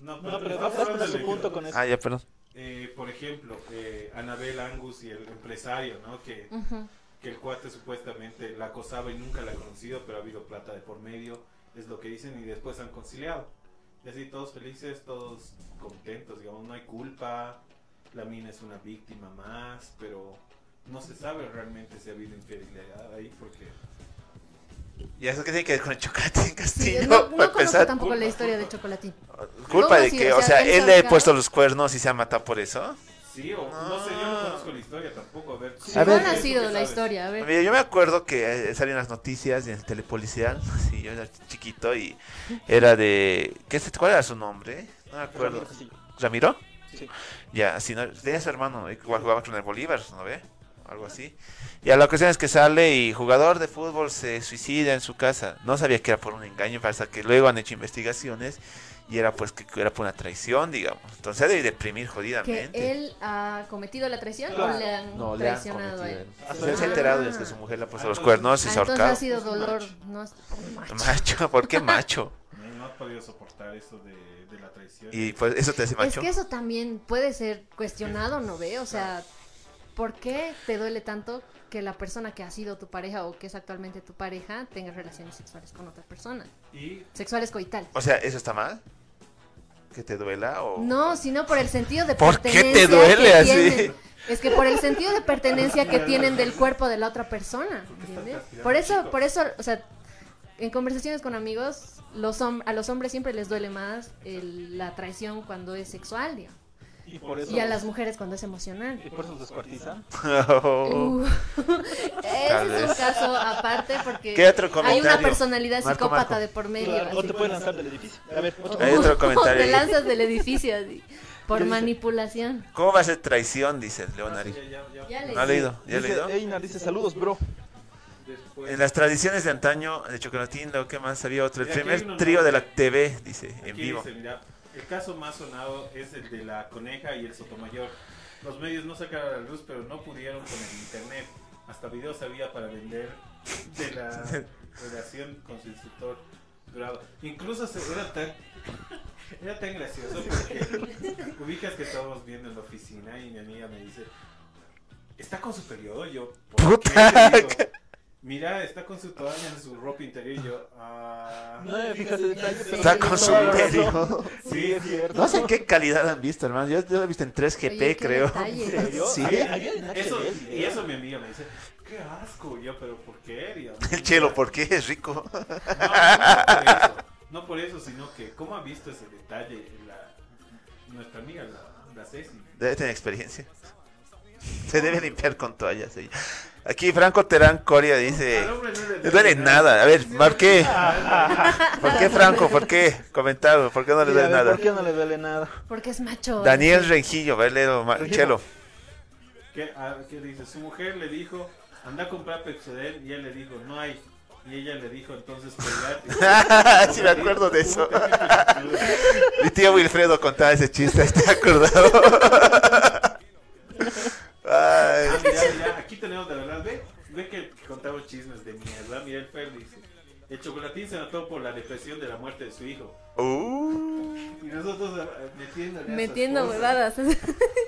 Speaker 11: No,
Speaker 12: No, pero
Speaker 11: estamos
Speaker 12: vas- vas
Speaker 11: hablando
Speaker 12: por su
Speaker 11: de-
Speaker 12: punto con
Speaker 10: eso. Ah, ya, perdón.
Speaker 11: Eh, por ejemplo, eh, Anabel Angus y el empresario, ¿no? Que,
Speaker 9: Ujú.
Speaker 11: que el cuate supuestamente la acosaba y nunca la ha conocido, pero ha habido plata de por medio, es lo que dicen, y después han conciliado. Y así todos felices, todos contentos, digamos, no hay culpa, la mina es una víctima más, pero no se sabe realmente si ha habido infidelidad ahí, porque...
Speaker 10: ¿Y eso qué tiene que ver con el chocolatín, Castillo?
Speaker 9: Sí, no, no
Speaker 10: Para
Speaker 9: conozco
Speaker 10: empezar,
Speaker 9: tampoco la historia del chocolatín.
Speaker 10: culpa de
Speaker 9: Sí,
Speaker 10: que, o sea,
Speaker 9: está
Speaker 10: él le ha
Speaker 9: ubicado.
Speaker 10: puesto los cuernos y se ha matado por eso. Ah.
Speaker 11: Sí, o no sé, yo no conozco la historia tampoco, a ver...
Speaker 9: ¿Cuál ha sido la historia? A ver.
Speaker 10: Mira, yo me acuerdo que eh, salían las noticias en el telepolicial, sí, yo era chiquito y era de... ¿qué es- este? ¿Cuál era su nombre? No me acuerdo.
Speaker 16: Ramiro Castillo.
Speaker 10: ¿Ramiro?
Speaker 16: Sí.
Speaker 10: Ya, si no, tenía su hermano, eh, igual jugaba con el Bolívar, ¿no ve? Algo así. Ya la cuestión es que sale y jugador de fútbol se suicida en su casa. No sabía que era por un engaño, pasa que luego han hecho investigaciones y era pues que que era por una traición, digamos. Entonces ha de deprimir
Speaker 9: ¿Que
Speaker 10: jodidamente.
Speaker 9: él ha cometido la traición o
Speaker 10: Claro. Ah,
Speaker 9: le han
Speaker 10: No, le han
Speaker 9: traicionado a él? Ah,
Speaker 10: cometido. Se ha enterado de que su mujer le ha puesto los cuernos y se ha
Speaker 9: Entonces ha
Speaker 10: ahorcado.
Speaker 9: sido Oh, dolor. No, es- macho.
Speaker 10: Macho, ¿por qué macho?
Speaker 11: No, no has podido soportar eso de, de la traición.
Speaker 10: Y pues eso te hace
Speaker 9: Es
Speaker 10: macho.
Speaker 9: que eso también puede ser cuestionado, ¿no ve? O sea, ¿Por qué te duele tanto que la persona que ha sido tu pareja o que es actualmente tu pareja tenga relaciones sexuales con otra persona?
Speaker 11: ¿Y?
Speaker 9: Sexuales coitales.
Speaker 10: O sea, ¿eso está mal? ¿Que te duela o...?
Speaker 9: No, sino por el sentido de
Speaker 10: ¿Por qué te
Speaker 9: pertenencia
Speaker 10: duele
Speaker 9: que
Speaker 10: así?
Speaker 9: tienen. Es que por el sentido de pertenencia que tienen del cuerpo de la otra persona, ¿entiendes? Por eso, por eso, o sea, en conversaciones con amigos, los hom- a los hombres siempre les duele más el- la traición cuando es sexual, digamos.
Speaker 12: Y por eso-
Speaker 9: Y a las mujeres cuando es emocional.
Speaker 12: ¿Y por eso los descuartizan?
Speaker 9: Uh,
Speaker 10: Tal
Speaker 9: ese es un
Speaker 10: vez.
Speaker 9: caso aparte porque
Speaker 10: ¿Qué otro
Speaker 9: hay una
Speaker 10: comentario?
Speaker 9: personalidad
Speaker 10: Marco,
Speaker 9: psicópata
Speaker 10: Marco.
Speaker 9: de por medio.
Speaker 12: Claro,
Speaker 9: así
Speaker 12: o te
Speaker 9: que-
Speaker 12: pueden lanzar del edificio. A ver, otro.
Speaker 10: Hay otro
Speaker 9: O
Speaker 10: comentario
Speaker 9: Te
Speaker 10: ahí.
Speaker 9: lanzas del edificio así, por
Speaker 12: Dice-
Speaker 9: manipulación.
Speaker 10: ¿Cómo va a ser traición? Dice Leonari.
Speaker 11: Ah,
Speaker 9: Ya
Speaker 10: ¿No ha leído? ¿Ya ha
Speaker 12: Dice-
Speaker 10: leído?
Speaker 12: Einar dice, saludos, bro.
Speaker 11: pues.
Speaker 10: En las tradiciones de antaño, de Chocolatín, lo que más había otro, el
Speaker 11: Mira, aquí hay
Speaker 10: primer
Speaker 11: uno
Speaker 10: trío
Speaker 11: nuevo. ¿eh?
Speaker 10: de la TV, dice, en
Speaker 11: Aquí
Speaker 10: vivo.
Speaker 11: dice, mira, el caso más sonado es el de la coneja y el sotomayor. Los medios no sacaron a la luz, pero no pudieron con el internet. Hasta videos había para vender de la relación con
Speaker 12: Eh,
Speaker 11: su instructor. Duraba. Incluso se- era tan, era tan gracioso porque ubicas que estábamos viendo en la oficina y mi amiga me dice, ¿está con su periodo? Yo, "¿Por qué?". Le digo, Mira, está con su toalla en su ropa interior y yo, "Ah".
Speaker 12: No me fijas en detalle, pero
Speaker 10: Está
Speaker 12: tiene
Speaker 10: con su
Speaker 12: toda la
Speaker 10: imperio.
Speaker 12: razón. Sí, es cierto.
Speaker 10: No sé en qué calidad han visto, hermano. Yo, yo lo he visto en 3GP,
Speaker 9: Oye, qué
Speaker 10: creo.
Speaker 9: detalle. ¿En
Speaker 11: serio?
Speaker 10: Sí.
Speaker 11: Había- había en Eso-
Speaker 12: HDL,
Speaker 11: y
Speaker 12: ¿eh?
Speaker 11: eso mi amiga me dice, qué asco, yo, pero ¿por qué? digamos?
Speaker 10: El chelo, ¿por qué es rico?
Speaker 11: No, no por eso, no por eso, sino que cómo ha visto ese detalle la- nuestra amiga, la, la Ceci.
Speaker 10: Debe tener experiencia. Se debe limpiar con toallas. sí. Aquí Franco Terán Coria dice...
Speaker 11: Al hombre no le
Speaker 10: No duele nada. A ver, ¿por qué? ¿Por qué Franco? ¿Por qué? Comentado, ¿por qué no le
Speaker 12: Mira, a
Speaker 10: duele
Speaker 12: ver,
Speaker 10: nada?
Speaker 12: ¿Por qué no le duele nada?
Speaker 9: Porque es macho. ¿eh?
Speaker 10: Daniel Rengillo, va a leer lo ma-
Speaker 12: Rengillo.
Speaker 10: Chelo.
Speaker 11: ¿Qué, a- qué dice? Su mujer le dijo, anda a comprar Pepsodent y él le dijo, no hay. Y ella le dijo, entonces colgate.
Speaker 10: sí, me acuerdo de eso. Mi tío Wilfredo contaba ese chiste, ¿está acordado? Ay.
Speaker 11: Ah, mira, mira, aquí tenemos de verdad, ve, ve que contamos chismes de mierda, mira el Fer dice. El chocolatín se notó por la depresión de la muerte de su hijo.
Speaker 10: Uh,
Speaker 11: Y nosotros eh, metiéndole a su
Speaker 9: Metiendo
Speaker 11: esposa.
Speaker 9: huevadas.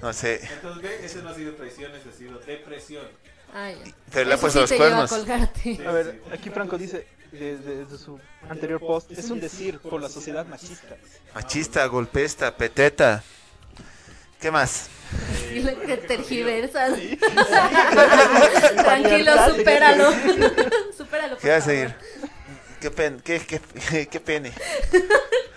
Speaker 10: no sé,
Speaker 11: Entonces ve, ese no ha sido traición, ese ha sido depresión.
Speaker 9: Ay, ya.
Speaker 10: pero le ha
Speaker 9: Eso
Speaker 10: puesto
Speaker 9: sí
Speaker 10: los
Speaker 9: te lleva a
Speaker 10: cuernos.
Speaker 9: colgarte.
Speaker 11: Sí,
Speaker 12: A ver,
Speaker 11: sí.
Speaker 12: aquí Franco dice desde su anterior post, es un decir por la sociedad machista.
Speaker 10: Machista, golpesta, peteta. ¿Qué más?
Speaker 9: Y lo que tergiversas. Tranquilo,
Speaker 12: Variedad.
Speaker 9: supéralo. supéralo.
Speaker 10: ¿Qué va a
Speaker 9: Por
Speaker 10: seguir?
Speaker 9: favor.
Speaker 10: ¿Qué, pen- qué, qué- qué pene?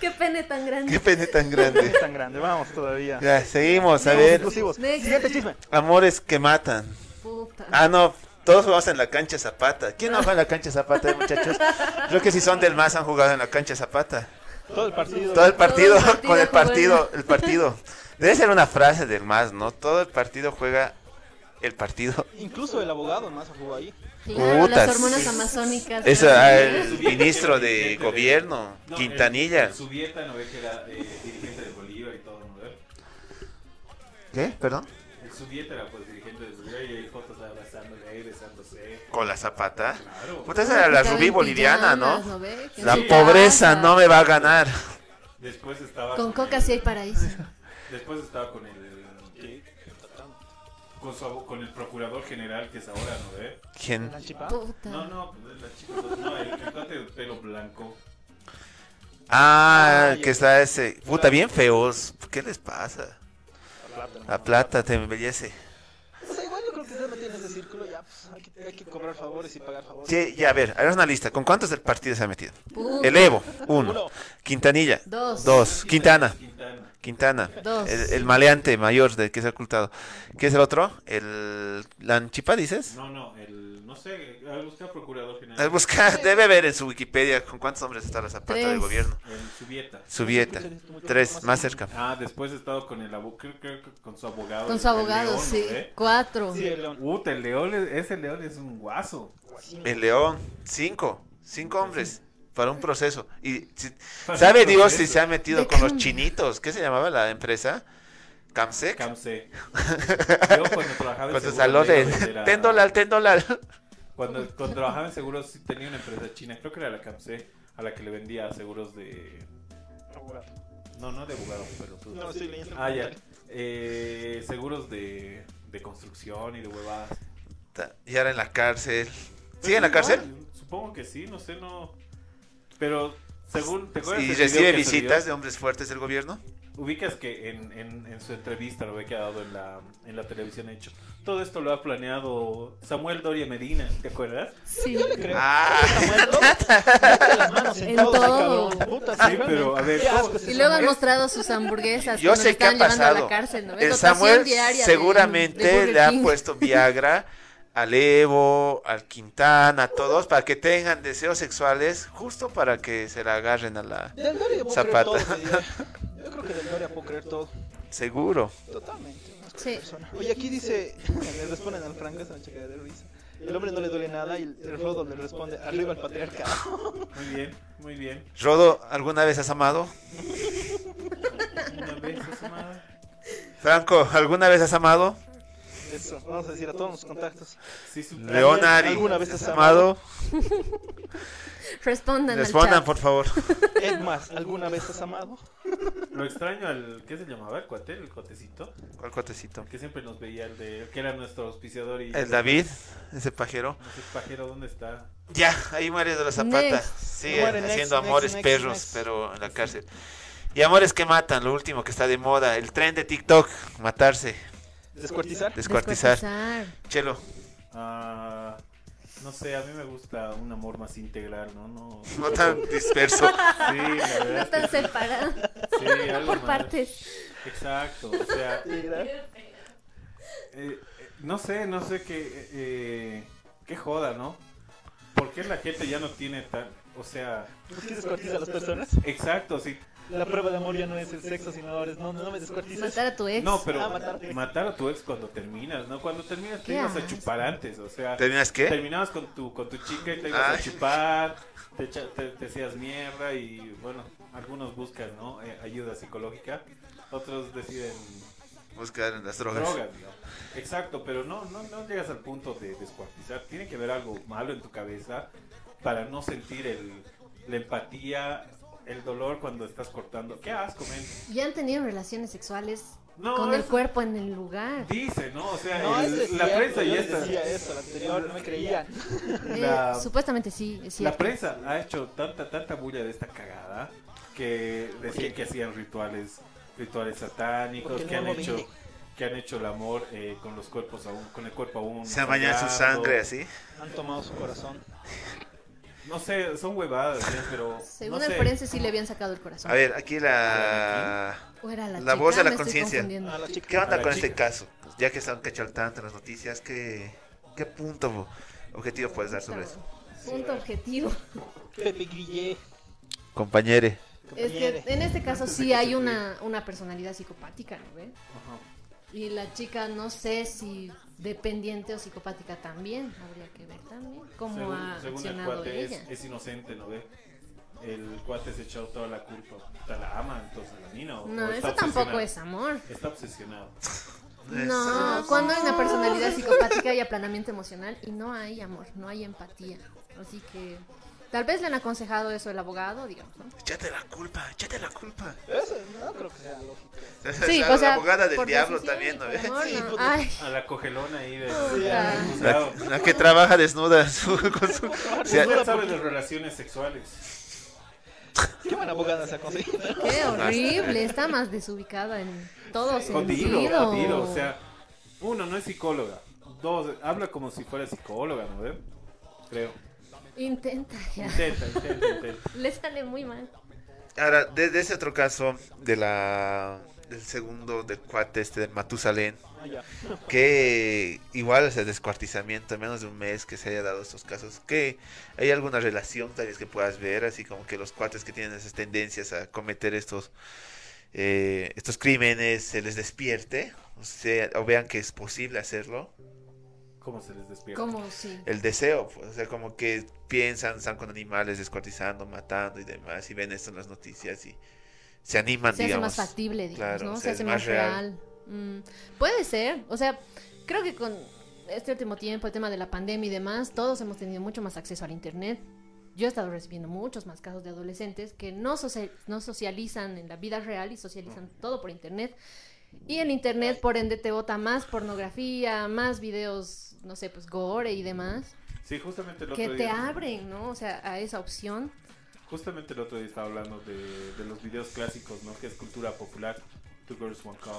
Speaker 9: Qué pene tan
Speaker 10: ¿Qué
Speaker 9: grande.
Speaker 10: pene tan
Speaker 12: No es
Speaker 10: grande?
Speaker 12: tan grande, vamos todavía.
Speaker 10: Ya, seguimos, a
Speaker 12: Vamos,
Speaker 10: ver.
Speaker 12: inclusivos.
Speaker 9: Next.
Speaker 12: Siguiente chisme.
Speaker 10: Amores que matan.
Speaker 9: Puta.
Speaker 10: Ah, no, todos jugamos en la cancha Zapata. ¿Quién no juega en la cancha Zapata, eh, muchachos? Creo que si son del MAS han jugado en la cancha Zapata.
Speaker 12: Todo el partido.
Speaker 10: Todo el partido,
Speaker 9: Todo el partido
Speaker 10: con el
Speaker 9: juega en-
Speaker 10: partido, el partido. Debe ser una frase del MAS, ¿no? Todo el partido juega el partido.
Speaker 12: Incluso el abogado más jugó ahí.
Speaker 9: Claro, las
Speaker 10: putas. eh,
Speaker 9: hormonas amazónicas.
Speaker 10: Es ah,
Speaker 9: Ay,
Speaker 10: el ministro de gobierno,
Speaker 11: No, el-
Speaker 10: Quintanilla.
Speaker 11: el Subieta no ve que era eh, dirigente de Bolívar y todo, ¿no? ve?
Speaker 10: ¿Qué? ¿Perdón?
Speaker 11: El Subieta era pues dirigente de Bolívar y hay fotos abrazándole ahí, besándose.
Speaker 10: Con la Zapata.
Speaker 11: Claro.
Speaker 10: Puta, esa era la
Speaker 9: Estaba
Speaker 10: rubí
Speaker 9: en
Speaker 10: boliviana,
Speaker 9: pijamas,
Speaker 10: ¿no?
Speaker 9: ve? ¿Qué
Speaker 10: La
Speaker 9: te
Speaker 10: pobreza
Speaker 9: pasa?
Speaker 10: no me va a ganar.
Speaker 11: Después estaba
Speaker 9: Con
Speaker 11: el-
Speaker 9: coca sí hay paraíso.
Speaker 11: Después estaba con el. Con, su abo- con el procurador general que es ahora, ¿no ve?
Speaker 10: ¿Quién?
Speaker 12: ¿La chipa?
Speaker 9: Puta.
Speaker 11: No, no, pues es la chica. No, el cantante de pelo blanco.
Speaker 10: Ah, que está ese. Puta, bien feos. ¿Qué les pasa? La plata te embellece.
Speaker 12: O sea, igual yo creo que se metió en ese círculo, ya pues, hay que, hay que cobrar favores y pagar favores.
Speaker 10: Sí, ya, a ver, hagamos una lista. ¿Con cuántos del partido se ha metido?
Speaker 9: Puta.
Speaker 10: El Evo, uno. Quintanilla,
Speaker 9: Dos.
Speaker 10: E dos. Quintana,
Speaker 11: Quintana.
Speaker 10: Quintana.
Speaker 9: Dos.
Speaker 10: El, el maleante mayor del que se ha ocultado. ¿Qué es el otro? El Lanchipa, dices.
Speaker 11: No, no, el. No sé, a buscar procurador general.
Speaker 10: Al buscar, debe ver en su Wikipedia con cuántos hombres está la zapata del
Speaker 9: Tres.
Speaker 10: gobierno.
Speaker 11: El Subieta.
Speaker 10: Subieta, tres, más cerca.
Speaker 11: Ah, después he estado con el abo- creo- creo que con su abogado.
Speaker 9: Con
Speaker 11: el-
Speaker 9: su
Speaker 11: el
Speaker 9: abogado,
Speaker 11: León, ¿eh?
Speaker 9: sí.
Speaker 11: ¿no ve?
Speaker 9: Cuatro.
Speaker 12: Sí, el león.
Speaker 11: Puta, el león, es- ese león es un guaso.
Speaker 10: El León, cinco, cinco hombres para un proceso. Y si- sabe Dios si se ha metido con los chinitos. ¿Qué se llamaba la empresa? Camsec.
Speaker 11: Camse. Yo cuando trabajaba en
Speaker 10: Cuando
Speaker 11: seguro
Speaker 10: salió de
Speaker 11: negro, era-
Speaker 10: ten dólar, ten dólar.
Speaker 11: Cuando, cuando trabajaba en seguros sí tenía una empresa china, creo que era la CAMSE, a la que le vendía seguros de... No, no de abogado, pero... pues tú-
Speaker 12: No, estoy leyendo.
Speaker 11: Ah, ya. Eh, seguros de, de construcción y de huevadas.
Speaker 10: Ta- Y ahora en la cárcel.
Speaker 11: Pero
Speaker 10: ¿Sigue en la
Speaker 11: Pues igual,
Speaker 10: cárcel?
Speaker 11: Supongo que sí, no sé, no. Pero según. ¿te acuerdas
Speaker 10: ¿Y
Speaker 11: del
Speaker 10: recibe
Speaker 11: video que se
Speaker 10: visitas de
Speaker 11: dio?
Speaker 10: hombres fuertes del gobierno?
Speaker 11: Ubicas que en, en- en su entrevista lo había quedado en la, en la televisión hecho. Todo esto lo ha planeado Samuel Doria Medina, ¿te acuerdas?
Speaker 9: Sí.
Speaker 12: Yo le creo.
Speaker 10: Ah.
Speaker 12: Samuel, ¿no? Mete las manos
Speaker 9: En
Speaker 12: sentado, ese
Speaker 9: todo.
Speaker 12: cabrón. Puta,
Speaker 11: Sí, pero, a ver,
Speaker 12: qué asco ese
Speaker 9: Y luego han
Speaker 12: Samuel.
Speaker 9: mostrado sus hamburguesas.
Speaker 10: Yo
Speaker 9: cuando
Speaker 10: sé
Speaker 9: lo
Speaker 10: qué ha
Speaker 9: estaban llevando a
Speaker 10: pasado.
Speaker 9: la cárcel, ¿no? Es
Speaker 10: el
Speaker 9: dotación
Speaker 10: Eh, Samuel
Speaker 9: diaria de-
Speaker 10: seguramente
Speaker 9: de Burger
Speaker 10: le ha
Speaker 9: King.
Speaker 10: puesto Viagra al Evo, al Quintana, a todos, para que tengan deseos sexuales, justo para que se la agarren a la
Speaker 12: Del Doria puedo creer
Speaker 10: zapata.
Speaker 12: todo, te diría. Yo creo que del Doria puedo creer todo.
Speaker 10: Seguro.
Speaker 12: Totalmente. una
Speaker 9: Sí.
Speaker 12: persona. Oye, aquí dice, le responden al Franco, esa chica de risa. El hombre no le duele nada y el Rodo le responde, arriba el patriarcado.
Speaker 11: Muy bien, muy bien.
Speaker 10: Rodo, ¿alguna vez has amado?
Speaker 11: Una vez esa madre.
Speaker 10: Franco, ¿alguna vez has amado?
Speaker 12: Eso, vamos a decir a todos los contactos.
Speaker 11: Sí, su-
Speaker 10: Leonari,
Speaker 12: ¿Alguna vez
Speaker 10: ¿has
Speaker 12: has amado?
Speaker 10: amado?
Speaker 9: Respondan al
Speaker 10: Respondan,
Speaker 9: chat.
Speaker 10: por favor.
Speaker 12: Es más, ¿alguna vez has amado?
Speaker 11: Lo extraño al. ¿Qué se llamaba? ¿El cuate? ¿El cotecito?
Speaker 10: ¿Cuál cotecito?
Speaker 11: Que siempre nos veía el de. el que era nuestro auspiciador y.
Speaker 10: El David, ese pajero.
Speaker 11: Ese pajero, ¿dónde está?
Speaker 10: Ya, ahí muere de la zapata.
Speaker 9: Next.
Speaker 10: Sigue
Speaker 12: Muere next,
Speaker 10: haciendo
Speaker 12: next,
Speaker 10: amores
Speaker 12: next,
Speaker 10: perros,
Speaker 12: next.
Speaker 10: pero en la cárcel. Y amores que matan, lo último que está de moda. El tren de TikTok, matarse,
Speaker 12: ¿Descuartizar?
Speaker 10: descuartizar. Chelo,
Speaker 11: Ah, no sé, a mí me gusta un amor más integral, ¿no? No,
Speaker 10: no tan disperso.
Speaker 11: Sí, la
Speaker 9: No
Speaker 11: verdad.
Speaker 9: están separados
Speaker 11: Sí, algo
Speaker 9: por
Speaker 11: más.
Speaker 9: partes.
Speaker 11: Exacto, o sea, eh,
Speaker 12: Integral.
Speaker 11: eh, no sé, no sé qué, eh, qué joda, ¿no? ¿Por qué la gente ya no tiene tan, o sea,
Speaker 12: ¿Por qué descuartiza a las personas?
Speaker 11: exacto, sí,
Speaker 12: La prueba de amor ya no es el sexo, sino ahora es, no, no me descuartices.
Speaker 9: Matar a tu ex.
Speaker 11: no, pero
Speaker 12: Ah, matar.
Speaker 11: matar a tu ex cuando terminas, ¿no? Cuando terminas te
Speaker 9: ¿Qué
Speaker 11: ibas a
Speaker 9: haces?
Speaker 11: chupar antes, o sea,
Speaker 10: ¿Terminas qué?
Speaker 11: terminabas con tu con tu chica y te ibas
Speaker 10: Ay.
Speaker 11: a chupar, te, echa- te- te hacías mierda y bueno, algunos buscan, ¿no? Eh, ayuda psicológica, otros deciden
Speaker 10: Buscar en las drogas.
Speaker 11: drogas. ¿no? Exacto, pero no, no, no llegas al punto de descuartizar. Tiene que haber algo malo en tu cabeza para no sentir el, la empatía, el dolor cuando estás cortando. Qué asco, men.
Speaker 9: Ya han tenido relaciones sexuales
Speaker 11: No,
Speaker 9: con el
Speaker 11: eso
Speaker 9: cuerpo en el lugar.
Speaker 11: Dice, ¿no? O sea,
Speaker 12: No,
Speaker 11: el-
Speaker 12: eso es
Speaker 11: la
Speaker 12: cierto,
Speaker 11: prensa
Speaker 12: yo
Speaker 11: ya
Speaker 12: les
Speaker 11: está.
Speaker 12: decía eso, la anterior, no me creían.
Speaker 9: Eh,
Speaker 11: La-
Speaker 9: supuestamente sí, es
Speaker 11: La
Speaker 9: cierto.
Speaker 11: prensa ha hecho tanta, tanta bulla de esta cagada que decían que hacían rituales, rituales satánicos,
Speaker 12: Porque el
Speaker 11: que han
Speaker 12: morbo
Speaker 11: hecho,
Speaker 12: vende.
Speaker 11: que han hecho el amor eh, con los cuerpos aún, con el cuerpo aún.
Speaker 10: Se bañan su
Speaker 11: sangrando.
Speaker 10: sangre así.
Speaker 12: Han tomado su corazón.
Speaker 11: No sé, son huevadas, ¿eh? pero.
Speaker 9: Según
Speaker 11: no
Speaker 9: el
Speaker 11: sé.
Speaker 9: forense sí le habían sacado el corazón.
Speaker 10: A ver, aquí la...
Speaker 9: O era la,
Speaker 10: la
Speaker 9: chica,
Speaker 10: voz de la
Speaker 9: me estoy
Speaker 10: conciencia.
Speaker 9: confundiendo.
Speaker 12: A la chica.
Speaker 10: ¿Qué
Speaker 11: A
Speaker 10: onda
Speaker 11: la
Speaker 10: con
Speaker 11: chica.
Speaker 10: este caso? Ya que están cacho al tanto en las noticias, ¿qué, qué punto bo- objetivo puedes dar sobre eso?
Speaker 9: Punto objetivo.
Speaker 12: Pepe Guille.
Speaker 10: Compañere.
Speaker 9: Es que en este caso sí hay una, una personalidad psicopática, ¿no ve?
Speaker 11: Ajá.
Speaker 9: Y la chica no sé si dependiente o psicopática también, habría que ver también cómo ha
Speaker 11: Según, según el
Speaker 9: accionado
Speaker 11: cuate es,
Speaker 9: ella.
Speaker 11: es inocente, ¿no ve? El cuate se echó toda la culpa. Puta, la ama entonces la mina. o-
Speaker 9: No,
Speaker 11: o está
Speaker 9: eso tampoco
Speaker 11: obsesionado.
Speaker 9: es amor.
Speaker 11: Está obsesionado.
Speaker 9: No, cuando hay una personalidad psicopática hay aplanamiento emocional y no hay amor, no hay empatía. Así que tal vez le han aconsejado eso el abogado, digamos. ¿no?
Speaker 10: Échate la culpa, échate la culpa.
Speaker 12: Eso no creo que sea lógico.
Speaker 9: Sí,
Speaker 10: la
Speaker 9: o sea,
Speaker 10: abogada del
Speaker 9: por
Speaker 10: diablo ¿eh?
Speaker 9: decisión
Speaker 10: también,
Speaker 9: y
Speaker 10: ¿no
Speaker 9: por
Speaker 10: ve?
Speaker 9: amor,
Speaker 12: Sí,
Speaker 9: no.
Speaker 12: por-
Speaker 9: Ay,
Speaker 11: A la cogelona ahí de.
Speaker 9: Puta.
Speaker 10: La, la que trabaja desnuda su- con su- se-
Speaker 11: Usted Pues sabe de relaciones sexuales.
Speaker 12: Qué buena abogada se ha conseguido.
Speaker 9: qué horrible, está más desubicada en todo
Speaker 11: Jodido,
Speaker 9: sentido.
Speaker 11: jodido. O sea, uno, no es psicóloga. Dos, habla como si fuera psicóloga, ¿no ve? Creo.
Speaker 9: Intenta ya.
Speaker 11: Intenta, intenta, intenta.
Speaker 9: Le sale muy mal.
Speaker 10: Ahora, desde ese otro caso de la del segundo del cuate este del Matusalén,
Speaker 12: Ah, ya.
Speaker 10: que igual ese descuartizamiento en menos de un mes que se haya dado estos casos, que hay alguna relación tal vez que puedas ver, así como que los cuates que tienen esas tendencias a cometer estos eh, estos crímenes se les despierte, o sea, o vean que es posible hacerlo.
Speaker 11: ¿Cómo se les despierta?
Speaker 9: Como sí.
Speaker 10: el deseo, pues, o sea, como que piensan, están con animales descuartizando, matando y demás, y ven esto en las noticias y se animan,
Speaker 9: Se hace
Speaker 10: digamos.
Speaker 9: más factible, digamos,
Speaker 10: Claro,
Speaker 9: ¿no?
Speaker 10: o
Speaker 9: Se
Speaker 10: sea, es
Speaker 9: hace
Speaker 10: más
Speaker 9: más real. Mm, puede ser, o sea, creo que con este último tiempo, el tema de la pandemia y demás, todos hemos tenido mucho más acceso al Internet. Yo he estado recibiendo muchos más casos de adolescentes que no, socia- no socializan en la vida real y socializan todo por Internet. Y el internet, por ende, te bota más pornografía, más videos, no sé, pues gore y demás.
Speaker 11: Sí, justamente el otro
Speaker 9: Que
Speaker 11: día.
Speaker 9: te abren, ¿no? O sea, a esa opción.
Speaker 11: Justamente el otro día estaba hablando de, de los videos clásicos, ¿no? Que es cultura popular. Two Girls One Cup.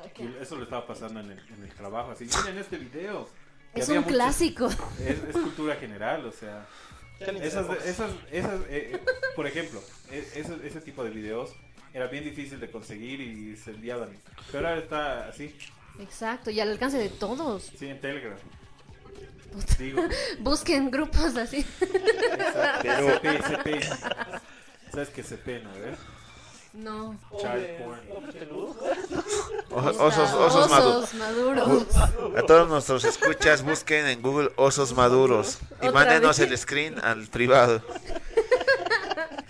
Speaker 9: Ok.
Speaker 11: Y Eso lo estaba pasando en el, en el trabajo. Así, miren este video. Y
Speaker 9: Es
Speaker 11: había
Speaker 9: un
Speaker 11: muchos-
Speaker 9: clásico.
Speaker 11: Es, es cultura general, o sea.
Speaker 12: Ya le
Speaker 11: Esas,
Speaker 12: interesa.
Speaker 11: esas, esas, eh, eh, por ejemplo, e- ese, ese tipo de videos era bien difícil de conseguir y se enviaban. Pero ahora está así,
Speaker 9: Exacto, y al alcance de todos.
Speaker 11: sí, en Telegram. Digo,
Speaker 9: Busquen grupos así.
Speaker 11: Pero CP, ¿Sabes qué CP, no? ¿Eh?
Speaker 9: No.
Speaker 11: Child porn.
Speaker 10: O- Osos, osos,
Speaker 9: Osos
Speaker 10: maduros.
Speaker 9: maduros.
Speaker 10: Bu- A todos nuestros escuchas, busquen en Google osos maduros y
Speaker 9: Otra
Speaker 10: mándenos
Speaker 9: vez.
Speaker 10: el screen al privado.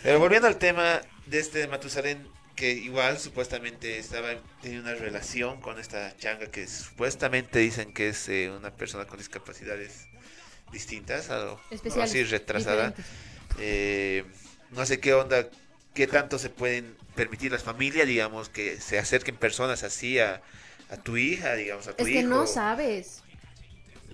Speaker 10: Pero volviendo al tema de este Matusalén, que igual supuestamente estaba tenía una relación con esta changa que supuestamente dicen que es eh, una persona con discapacidades distintas, algo
Speaker 9: Especiales,
Speaker 10: así retrasada.
Speaker 9: diferentes.
Speaker 10: Eh, no sé qué onda, qué tanto se pueden permitir las familias, digamos, que se acerquen personas así a, a tu hija, digamos, a tu
Speaker 9: Es
Speaker 10: hijo.
Speaker 9: que no sabes.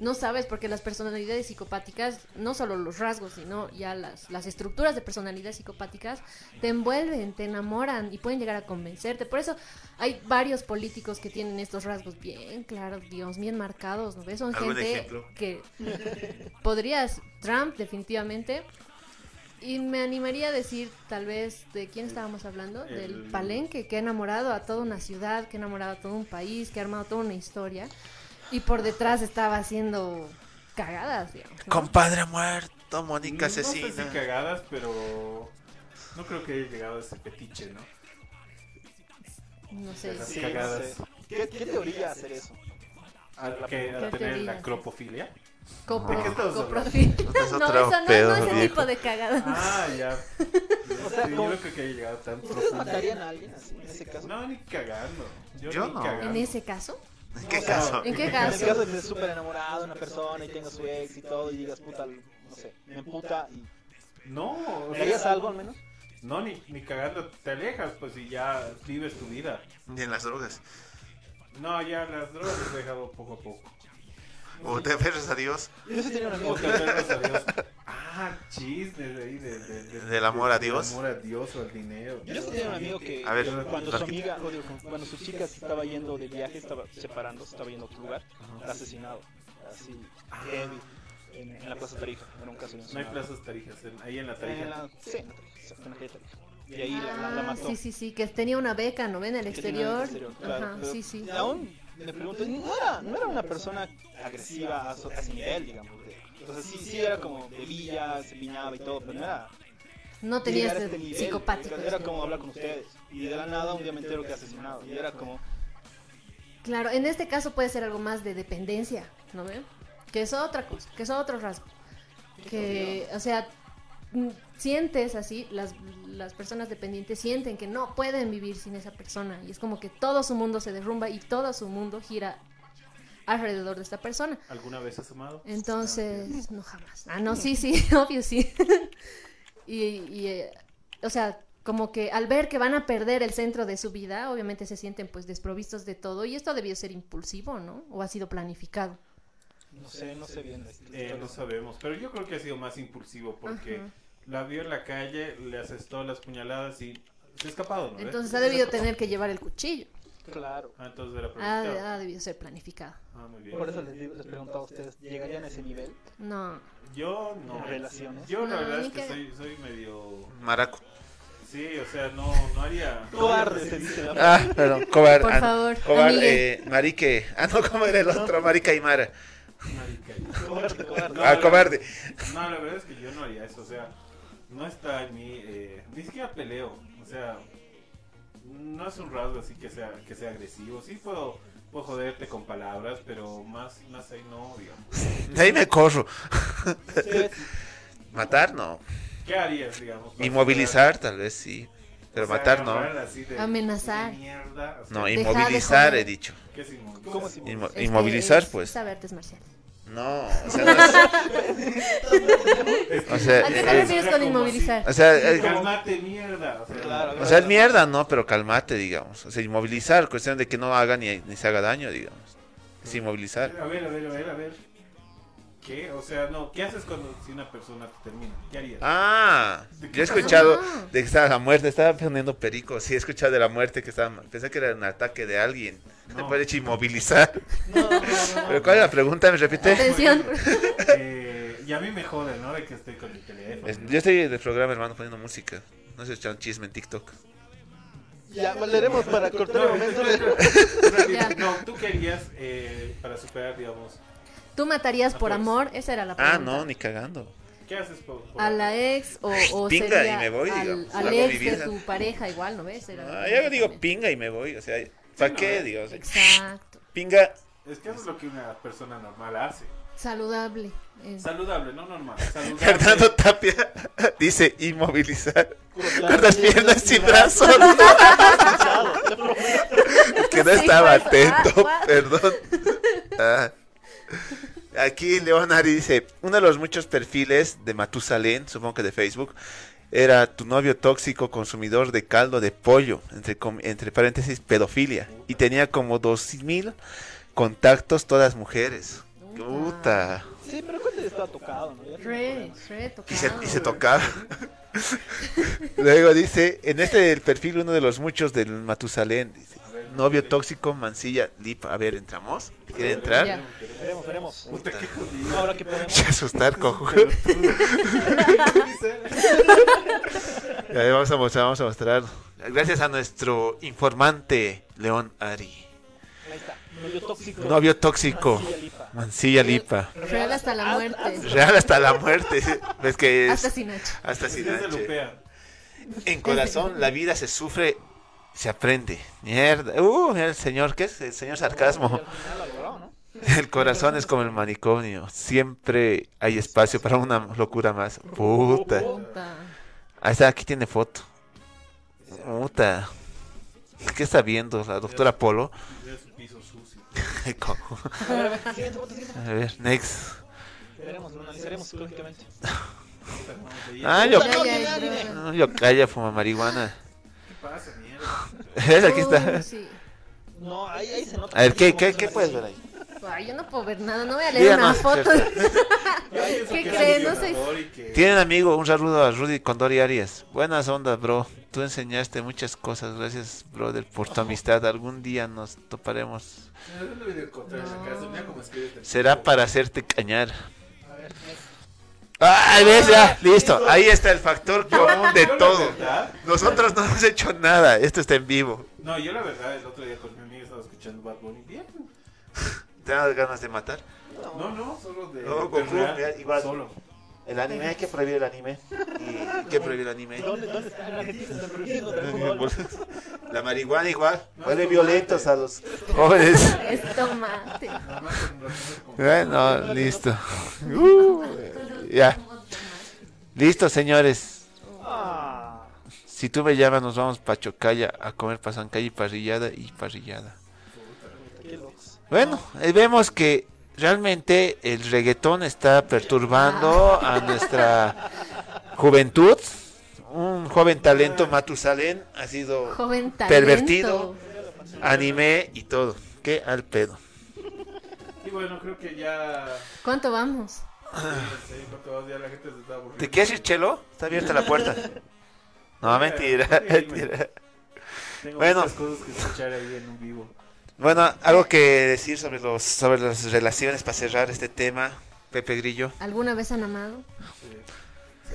Speaker 9: No sabes porque las personalidades psicopáticas, no solo los rasgos, sino ya las, las estructuras de personalidades psicopáticas, te envuelven, te enamoran y pueden llegar a convencerte. Por eso hay varios políticos que tienen estos rasgos bien claros, digamos, bien marcados, ¿no ves? Son
Speaker 4: ¿Algún
Speaker 9: gente
Speaker 4: ejemplo?
Speaker 9: que podrías, Trump definitivamente, y me animaría a decir, tal vez, ¿de quién estábamos hablando? Del
Speaker 4: El-
Speaker 9: palenque, que ha enamorado a toda una ciudad, que ha enamorado a todo un país, que ha armado toda una historia. Y por detrás estaba haciendo cagadas, digamos. ¿no?
Speaker 10: Compadre muerto, Mónica
Speaker 11: No sé si
Speaker 10: asesina.
Speaker 11: cagadas, pero no creo que haya llegado a ese petiche, ¿no?
Speaker 9: No sé.
Speaker 11: Las
Speaker 12: Sí,
Speaker 11: cagadas.
Speaker 12: no sé. ¿Qué, qué te orilla a hacer eso?
Speaker 11: A, que- a
Speaker 12: ¿Qué
Speaker 11: tener
Speaker 12: teoría?
Speaker 11: la cropofilia.
Speaker 9: Copro-
Speaker 11: ¿De qué estamos hablando?
Speaker 9: coprofilia. No, eso no, no ese tipo de cagadas.
Speaker 11: Ah, ya.
Speaker 12: O sea,
Speaker 11: Sí, yo
Speaker 12: como-
Speaker 11: no creo que haya llegado tan
Speaker 12: ¿Ustedes
Speaker 11: profundo.
Speaker 12: matarían a alguien así en ese caso?
Speaker 11: No, ni cagando. Yo,
Speaker 10: Yo
Speaker 11: ni
Speaker 10: no.
Speaker 11: cagando.
Speaker 9: ¿En ese caso?
Speaker 10: qué caso?
Speaker 9: ¿En qué
Speaker 12: En el caso de
Speaker 9: caso?
Speaker 12: que estés súper enamorado de una persona y tenga su ex y todo y digas, puta, no sé, me emputa y...
Speaker 11: No, o
Speaker 12: ¿Le
Speaker 11: sea,
Speaker 12: harías algo al menos?
Speaker 11: No, ni, ni cagando. Te alejas, pues, y ya vives tu vida.
Speaker 10: Ni en las drogas.
Speaker 11: No, ya las drogas las he dejado poco a poco.
Speaker 10: O te aferras a Dios.
Speaker 12: Yo sí tenía un amigo
Speaker 11: O te aferras a Dios. Ah, chismes ahí de, de- de-
Speaker 10: Del amor a Dios.
Speaker 11: Del amor a Dios o al dinero.
Speaker 12: Yo sí tenía un amigo que
Speaker 10: A ver,
Speaker 12: cuando su
Speaker 10: Jorge.
Speaker 12: amiga, o digo, cuando su chica se estaba yendo de viaje, estaba separando, se estaba yendo a otro lugar, era asesinado. Así, heavy, en, en la Plaza Tarija, era un caso
Speaker 11: Ah. No hay
Speaker 12: nacional.
Speaker 11: plazas tarijas, en- ahí en la tarija.
Speaker 12: En la- sí, en la Tarija, exacto, en la calle Tarija. Y ahí la, la- la
Speaker 9: Ah,
Speaker 12: mató.
Speaker 9: sí, sí, sí, que tenía una beca, ¿no ven? En el
Speaker 12: Que tenía en el
Speaker 9: exterior.
Speaker 12: claro,
Speaker 9: Ajá,
Speaker 12: pero
Speaker 9: sí, sí.
Speaker 12: y Aún me pregunto, no era, no era una persona agresiva a, su- a ese nivel, digamos. de- entonces sí, sí era como de villa, se piñaba y todo, pero no era...
Speaker 9: No tenía
Speaker 12: llegar a
Speaker 9: este
Speaker 12: nivel,
Speaker 9: psicopático.
Speaker 12: Era como hablar con ustedes. Y de la nada un día me entero que asesinado. Y era como...
Speaker 9: Claro, en este caso puede ser algo más de dependencia, ¿no ven? Que es otra cosa, que es otro rasgo. Que, o sea, mm, sientes así, las, las personas dependientes sienten que no pueden vivir sin esa persona. Y es como que todo su mundo se derrumba y todo su mundo gira alrededor de esta persona.
Speaker 11: ¿Alguna vez has amado?
Speaker 9: Entonces, no jamás. Ah, no, sí, sí, obvio, sí. y, y, eh, o sea, como que al ver que van a perder el centro de su vida, obviamente se sienten pues desprovistos de todo y esto debió ser impulsivo, ¿no? O ha sido planificado.
Speaker 12: No sé, no sé bien.
Speaker 11: Eh,
Speaker 12: pues,
Speaker 11: no sabemos, pero yo creo que ha sido más impulsivo porque
Speaker 9: Ajá.
Speaker 11: la vio en la calle, le asestó las puñaladas y se ha escapado, ¿no? ves?
Speaker 9: Entonces ha debido tener que llevar el cuchillo.
Speaker 12: Claro.
Speaker 11: Ah, entonces era
Speaker 9: Ha,
Speaker 11: productor.
Speaker 9: ha debido ser planificado.
Speaker 11: Ah, muy bien.
Speaker 12: Por eso les, digo- les preguntaba a ustedes, ¿llegarían a ese nivel?
Speaker 9: No.
Speaker 11: Yo no.
Speaker 12: En relaciones.
Speaker 11: Yo la
Speaker 12: No,
Speaker 11: verdad
Speaker 12: ni
Speaker 11: es que
Speaker 12: que-
Speaker 11: soy, soy medio...
Speaker 10: Maraco.
Speaker 11: Sí, o sea, no, no haría...
Speaker 12: Cobarde, se dice la
Speaker 10: Ah, perdón, cobarde.
Speaker 12: Por
Speaker 10: ah,
Speaker 12: favor,
Speaker 10: Cobarde,
Speaker 12: amigue.
Speaker 10: eh, marique. Ah, no, ¿cómo era el otro? Marica y Mara.
Speaker 12: Cobarde, cobarde.
Speaker 11: No,
Speaker 10: Ah,
Speaker 11: la-
Speaker 10: cobarde.
Speaker 11: No, la verdad es que yo no haría eso, o sea, no está en mí, eh, ni siquiera peleo, o sea, no es un rasgo así que sea, que sea agresivo, sí puedo, puedo joderte con palabras, pero más, más ahí no, digamos.
Speaker 10: De ahí me corro.
Speaker 11: Ustedes-
Speaker 10: Matar, no.
Speaker 11: ¿Qué harías, digamos? para
Speaker 10: Inmovilizar, tal vez sí. Pero
Speaker 11: O sea,
Speaker 10: matar, no.
Speaker 11: agarrar así de-
Speaker 9: Amenazar.
Speaker 11: mierda, o sea,
Speaker 9: Dejar
Speaker 10: No,
Speaker 9: de
Speaker 10: inmovilizar,
Speaker 9: joder.
Speaker 10: he dicho.
Speaker 11: ¿Qué es inmovilizar?
Speaker 10: Inmo- inmovilizar,
Speaker 9: es-
Speaker 10: pues.
Speaker 9: Saber artes marciales.
Speaker 10: No, o sea, no es... o sea,
Speaker 9: ¿A qué te
Speaker 10: es-
Speaker 9: refieres con inmovilizar?
Speaker 10: O sea, es-
Speaker 11: Calmate, mierda. O sea,
Speaker 10: o sea, es mierda, ¿no? Pero calmate, digamos. O sea, inmovilizar, cuestión de que no haga ni, ni se haga daño, digamos. Es inmovilizar.
Speaker 11: A ver, a ver, a ver, a ver. ¿Qué? O sea, no, ¿qué haces cuando si una persona te termina? ¿Qué harías?
Speaker 10: Ah, yo he escuchado
Speaker 9: Ah.
Speaker 10: de que estaba la muerte, estaba poniendo perico. Sí, he escuchado de la muerte que estaba. Pensé que era un ataque de alguien. No te puedes inmovilizar. Pero ¿cuál es la pregunta? ¿Me repite?
Speaker 11: Eh, y a mí me jode, ¿no? De que estoy con mi teléfono.
Speaker 10: Es- Yo estoy del programa, hermano, poniendo música. No sé, echan chisme en TikTok.
Speaker 12: Ya, valeremos para cortar el
Speaker 11: No,
Speaker 12: momento.
Speaker 11: espérate, No, ¿tú qué harías eh, para superar, digamos?
Speaker 9: ¿Tú matarías por amor? Esa era la pregunta.
Speaker 10: Ah, no, ni cagando.
Speaker 11: ¿Qué haces por, por-
Speaker 9: A la ex o, o
Speaker 10: Pues Pinga,
Speaker 9: sería
Speaker 10: y me voy,
Speaker 9: al,
Speaker 10: digamos,
Speaker 9: al
Speaker 10: hago mi
Speaker 9: ex de
Speaker 10: vida.
Speaker 9: tu pareja igual, ¿no ves? Era la
Speaker 10: Ah,
Speaker 9: pregunta.
Speaker 10: yo digo pinga y me voy. O sea, ¿para qué? Digo, o sea,
Speaker 9: Exacto.
Speaker 10: pinga.
Speaker 11: Es que eso es lo que una persona normal hace.
Speaker 9: Saludable. eh.
Speaker 11: Saludable, no normal. Saludable.
Speaker 10: Fernando Tapia dice inmovilizar.
Speaker 11: Cortar
Speaker 10: Cortas piernas y brazos. Es que no estaba
Speaker 9: Sí, pues, ah,
Speaker 10: atento,
Speaker 9: what?
Speaker 10: perdón. Ah. Aquí Leonari dice, uno de los muchos perfiles de Matusalén, supongo que de Facebook, era tu novio tóxico consumidor de caldo de pollo, entre, com- entre paréntesis, pedofilia. Y tenía como 2.000 contactos, todas mujeres. Puta.
Speaker 12: Sí, pero ¿cuánto está tocado? No?
Speaker 9: Re, re
Speaker 10: Y se,
Speaker 9: tocado.
Speaker 10: y se tocaba. Luego dice, en este perfil uno de los muchos del Matusalén, dice, novio tóxico, mancilla, lipa. A ver, ¿entramos? ¿Quiere entrar?
Speaker 12: Ya. Veremos, veremos.
Speaker 10: Puta, qué
Speaker 12: jodido. Ahora que podemos.
Speaker 10: Se asustar, cojo. A ver, vamos a mostrar, vamos a mostrar. Gracias a nuestro informante, León Ari.
Speaker 12: Ahí está. Novio tóxico.
Speaker 10: Novio tóxico,
Speaker 12: Mancilla Lipa.
Speaker 10: mancilla lipa.
Speaker 9: Real hasta la muerte.
Speaker 10: Real hasta la muerte. Ves que es-
Speaker 9: Hasta sin H.
Speaker 10: Hasta sin
Speaker 11: Desde
Speaker 10: H.
Speaker 11: Lupea.
Speaker 10: En corazón la vida se sufre, se aprende. Mierda. Uh, el señor, ¿qué es? El señor sarcasmo. El corazón es como el manicomio. Siempre hay espacio para una locura más. Puta. Ahí está, aquí tiene foto. Puta. ¿Qué está viendo la doctora Polo?
Speaker 11: Es un piso sucio.
Speaker 10: Como-
Speaker 12: A ver, a ver, siguiente foto, siguiente.
Speaker 10: A ver, next.
Speaker 12: Veremos, lo analizaremos psicológicamente.
Speaker 10: Ah, yo,
Speaker 12: Puta, no, ni nada, ni nada.
Speaker 10: Ah, yo calla, fuma marihuana.
Speaker 11: ¿Qué pasa, mierda?
Speaker 10: ¿Ves? Aquí está.
Speaker 12: No, ahí, ahí se nota.
Speaker 10: A ver, ¿qué, qué, qué puedes ver ahí?
Speaker 9: Ay, yo no puedo ver nada, no voy a leer una
Speaker 10: Díganos,
Speaker 9: foto.
Speaker 11: ¿Qué
Speaker 9: ¿Qué creen? No sé.
Speaker 10: Tiene un amigo, un saludo a Rudy Condori Arias. Buenas ondas, bro. Tú enseñaste muchas cosas. Gracias, brother, por tu amistad. Algún día nos toparemos.
Speaker 11: ¿Dónde voy a encontrar esa casa? Mira cómo escribe este-
Speaker 10: Será para hacerte cañar. ¡Ay, ves ya! Listo. Ahí está el factor común de
Speaker 11: Yo la
Speaker 10: todo.
Speaker 11: verdad-
Speaker 10: Nosotros no hemos hecho nada. Esto está en vivo.
Speaker 11: No, yo la verdad, el otro día con mi amiga estaba escuchando Bad Bunny. Bien.
Speaker 10: ¿Te dan ganas de matar?
Speaker 11: No, no, solo de.
Speaker 10: No,
Speaker 11: de
Speaker 10: Goku,
Speaker 11: real,
Speaker 10: mira, igual.
Speaker 11: Eh, Solo.
Speaker 10: El anime, hay que prohibir el anime. ¿Y hay que prohibir el anime?
Speaker 12: ¿Dónde, dónde está la gente? Está prohibido del fútbol.
Speaker 10: La marihuana igual.
Speaker 11: No,
Speaker 10: Huele
Speaker 11: es tomate.
Speaker 10: violentos a los jóvenes.
Speaker 9: Es tomate.
Speaker 10: Bueno, listo. Uh, ya. Listo, señores.
Speaker 12: Ah.
Speaker 10: Si tú me llamas, nos vamos para Chocaya a comer pasancaya y parrillada y parrillada.
Speaker 12: Qué locos.
Speaker 10: Bueno, eh, vemos que realmente el reggaetón está perturbando
Speaker 12: Ah.
Speaker 10: a nuestra juventud. Un joven talento, Matusalén, ha sido
Speaker 9: Joven talento.
Speaker 10: pervertido, anime y todo. Qué al pedo.
Speaker 11: Y bueno, creo que ya. pues,
Speaker 9: ¿Cuánto vamos?
Speaker 11: Sí, cuánto vas, ya la gente se está aburriendo.
Speaker 10: ¿Te quieres ir, Chelo? Está abierta la puerta. No, mentira, mentira.
Speaker 11: Tengo
Speaker 10: Bueno.
Speaker 11: muchas cosas que escuchar ahí en un vivo.
Speaker 10: Bueno, algo que decir sobre los sobre las relaciones para cerrar este tema, Pepe Grillo.
Speaker 9: ¿Alguna vez han amado?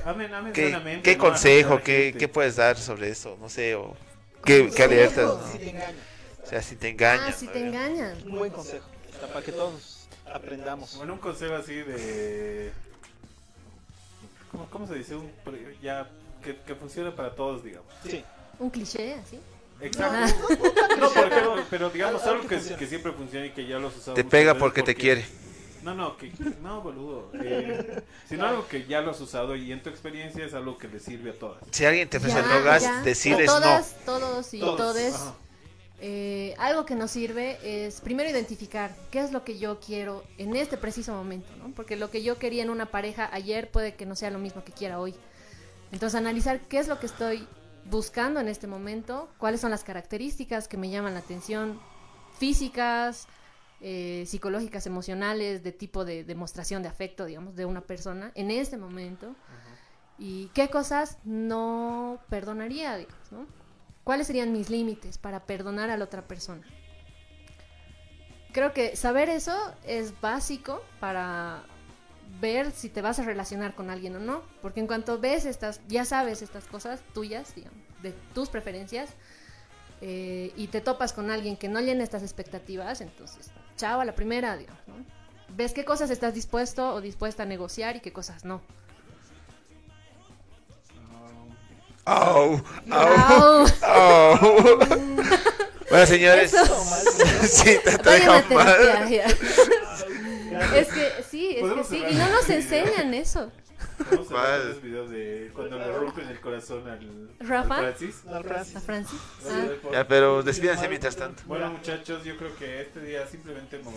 Speaker 11: Amén,
Speaker 12: Pues
Speaker 11: amén,
Speaker 10: ¿Qué,
Speaker 11: sanamente,
Speaker 10: qué
Speaker 11: no
Speaker 10: consejo,
Speaker 11: asustar a la
Speaker 10: qué,
Speaker 11: gente.
Speaker 10: qué puedes dar sobre eso? No sé, o qué,
Speaker 9: Pues
Speaker 10: qué alertas.
Speaker 12: Consejo,
Speaker 10: ¿no?
Speaker 12: Si te engañan.
Speaker 10: O sea, si te
Speaker 9: Ah,
Speaker 10: engañas.
Speaker 9: si
Speaker 10: ¿no?
Speaker 9: te engañan.
Speaker 12: Un buen consejo. Para que todos aprendamos.
Speaker 11: Bueno, un consejo así de. ¿Cómo, cómo se dice? Un pre- ya que, que funciona para todos, digamos.
Speaker 12: Sí.
Speaker 9: Un cliché, así.
Speaker 11: Exacto. No, porque, pero digamos algo que, que siempre funciona y que ya los usamos.
Speaker 10: Te pega porque te quiere.
Speaker 11: No, no, que, no, boludo. Eh, sino algo que ya lo has usado y en tu experiencia es algo que le sirve a todas.
Speaker 10: Si alguien te ofrece
Speaker 9: Ya,
Speaker 10: drogas,
Speaker 9: ya.
Speaker 10: decides no.
Speaker 9: Todas, todos y
Speaker 11: Todos,
Speaker 9: todes.
Speaker 11: ajá.
Speaker 9: Eh, algo que nos sirve es primero identificar qué es lo que yo quiero en este preciso momento, ¿no? Porque lo que yo quería en una pareja ayer puede que no sea lo mismo que quiera hoy. Entonces analizar qué es lo que estoy buscando en este momento, cuáles son las características que me llaman la atención, físicas, eh, psicológicas, emocionales, de tipo de demostración de afecto, digamos, de una persona en este momento. Y qué cosas no perdonaría, digamos, ¿no? ¿Cuáles serían mis límites para perdonar a la otra persona? Creo que saber eso es básico para ver si te vas a relacionar con alguien o no, porque en cuanto ves estas, ya sabes estas cosas tuyas, digamos, de tus preferencias, eh, y te topas con alguien que no llena estas expectativas, entonces, chao a la primera, digamos, ¿no? Ves qué cosas estás dispuesto o dispuesta a negociar y qué cosas no.
Speaker 10: Au,
Speaker 9: Au.
Speaker 10: au, au. Bueno, señores.
Speaker 9: Eso.
Speaker 10: sí, te, te
Speaker 9: Vayan a
Speaker 10: dejan mal.
Speaker 9: terapia, ya. es que sí, es que
Speaker 11: Podemos
Speaker 9: sí,
Speaker 11: cerrar
Speaker 9: y no nos
Speaker 11: este video.
Speaker 9: enseñan eso.
Speaker 11: Vamos a ver los videos de cuando le rompen el corazón al, al
Speaker 9: Rafa.
Speaker 11: Francis.
Speaker 9: Al Francis. Al Francis. Ah,
Speaker 11: Gracias
Speaker 10: Ya,
Speaker 11: por-
Speaker 10: pero despídanse mientras tanto.
Speaker 11: Bueno, muchachos, yo creo que este día simplemente hemos,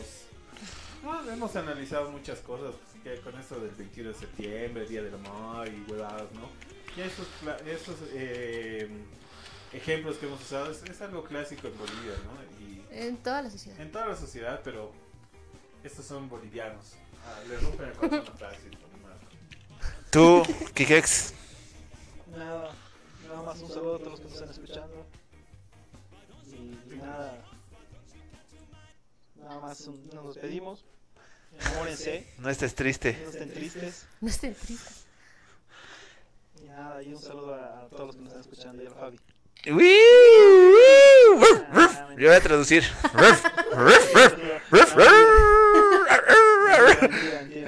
Speaker 11: no, hemos analizado muchas cosas. Que con esto del 21 de septiembre, Día del Amor y huevadas, ¿no? Y esos, cla- esos eh, ejemplos que hemos usado es, es algo clásico en Bolivia, ¿no? Y
Speaker 9: En toda la sociedad.
Speaker 11: en toda la sociedad, pero estos son bolivianos. Ah, le rompen el corazón a Francis, por más.
Speaker 10: Tú, Kikex.
Speaker 12: Nada, nada más un saludo a todos los que nos están escuchando. Y nada, nada más un- nos despedimos. Enamórense,
Speaker 10: No estés triste.
Speaker 12: no estén tristes.
Speaker 9: No estén tristes.
Speaker 12: Y nada, y un saludo a, a todos los que nos están escuchando y al Javi.
Speaker 10: Uy, uy, ruf, ruf. Yo voy a traducir. Ruf, ruf, ruf, ruf, ruf.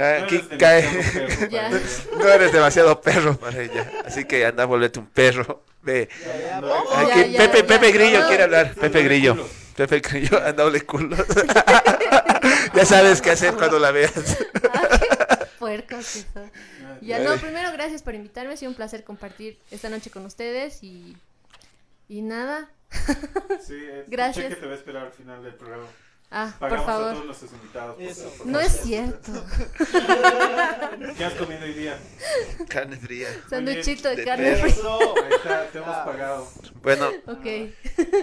Speaker 10: Ah, aquí cae.
Speaker 9: Ya.
Speaker 10: No eres demasiado perro para ella. Así que anda, vuélvete un perro. Ve. Aquí
Speaker 9: Ya, ya,
Speaker 10: Pepe,
Speaker 9: ya.
Speaker 10: Pepe Grillo
Speaker 9: No.
Speaker 10: quiere hablar. Pepe Grillo. Pepe Grillo, anda, ole culo. ya sabes qué hacer cuando la veas.
Speaker 9: Puerco Ah, que soy. Ya no, primero gracias por invitarme, ha sido un placer compartir esta noche con ustedes y, y nada.
Speaker 11: Sí, eh,
Speaker 9: Gracias.
Speaker 11: Cheque te va a esperar al final del programa.
Speaker 9: Ah, por
Speaker 11: Pagamos a
Speaker 9: favor.
Speaker 11: todos nuestros invitados. por
Speaker 12: Eso.
Speaker 11: favor.
Speaker 9: No es cierto.
Speaker 11: ¿Qué has comido hoy día?
Speaker 10: Carne fría.
Speaker 9: Sanduchito de
Speaker 10: De
Speaker 9: carne
Speaker 10: perro.
Speaker 9: fría.
Speaker 11: Ahí está, te hemos pagado.
Speaker 10: Bueno,
Speaker 9: Ok.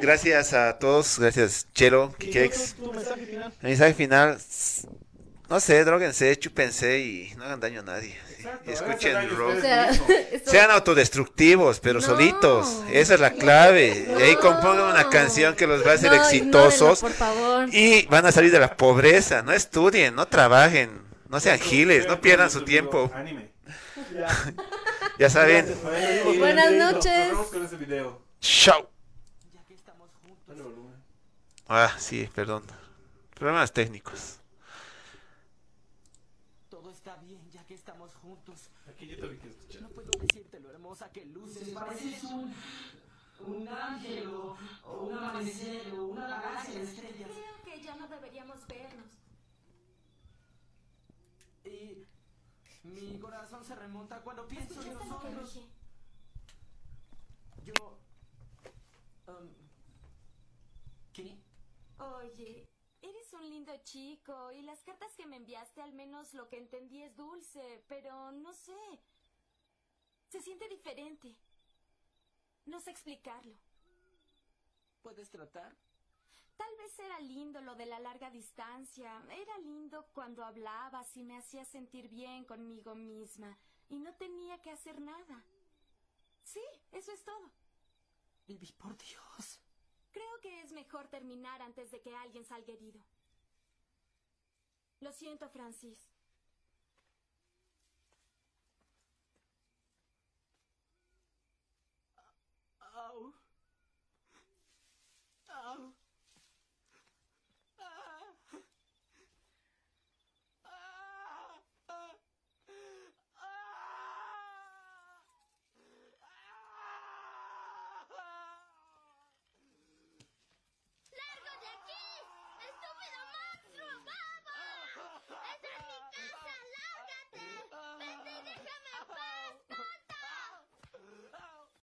Speaker 10: gracias a todos. Gracias, Chelo, Kikex.
Speaker 12: Tu mensaje final.
Speaker 10: El mensaje final, s- no sé, droguense, chúpense y no hagan daño a nadie. sí. Y escuchen
Speaker 11: daño
Speaker 10: rock.
Speaker 9: O sea, esto-
Speaker 10: Sean autodestructivos, pero
Speaker 9: No.
Speaker 10: solitos. Esa es la clave. Y ahí compongan una
Speaker 9: No.
Speaker 10: canción que los va a hacer
Speaker 9: No, ignórenlo,
Speaker 10: exitosos
Speaker 9: Por favor.
Speaker 10: y van a salir de la pobreza. No estudien, no trabajen, no sean giles, Pues, no pierdan su tiempo.
Speaker 11: Anime.
Speaker 10: Ya saben,
Speaker 12: Gracias.
Speaker 9: Buenas
Speaker 12: Nos
Speaker 9: noches.
Speaker 11: Vamos con ese video.
Speaker 10: chao.
Speaker 11: Dale volumen.
Speaker 10: Ah, sí, perdón. Problemas técnicos.
Speaker 17: Todo está bien ya que estamos juntos.
Speaker 11: Aquí yo también quiero escuchar.
Speaker 17: No puedo decirte lo hermosa que luces. Pareces un, un ángel o, o un amanecer o una galaxia de estrellas.
Speaker 4: Creo que ya no deberíamos vernos.
Speaker 17: Y mi corazón se remonta cuando pienso en nosotros. Yo... em, ¿Qué?
Speaker 4: Oye, eres un lindo chico y las cartas que me enviaste al menos lo que entendí es dulce, pero no sé. Se siente diferente. No sé explicarlo.
Speaker 17: ¿Puedes tratar?
Speaker 4: Tal vez era lindo lo de la larga distancia. Era lindo cuando hablabas y me hacías sentir bien conmigo misma y no tenía que hacer nada. Sí, eso es todo.
Speaker 17: Vivi, por Dios.
Speaker 4: Creo que es mejor terminar antes de que alguien salga herido. Lo siento, Francis.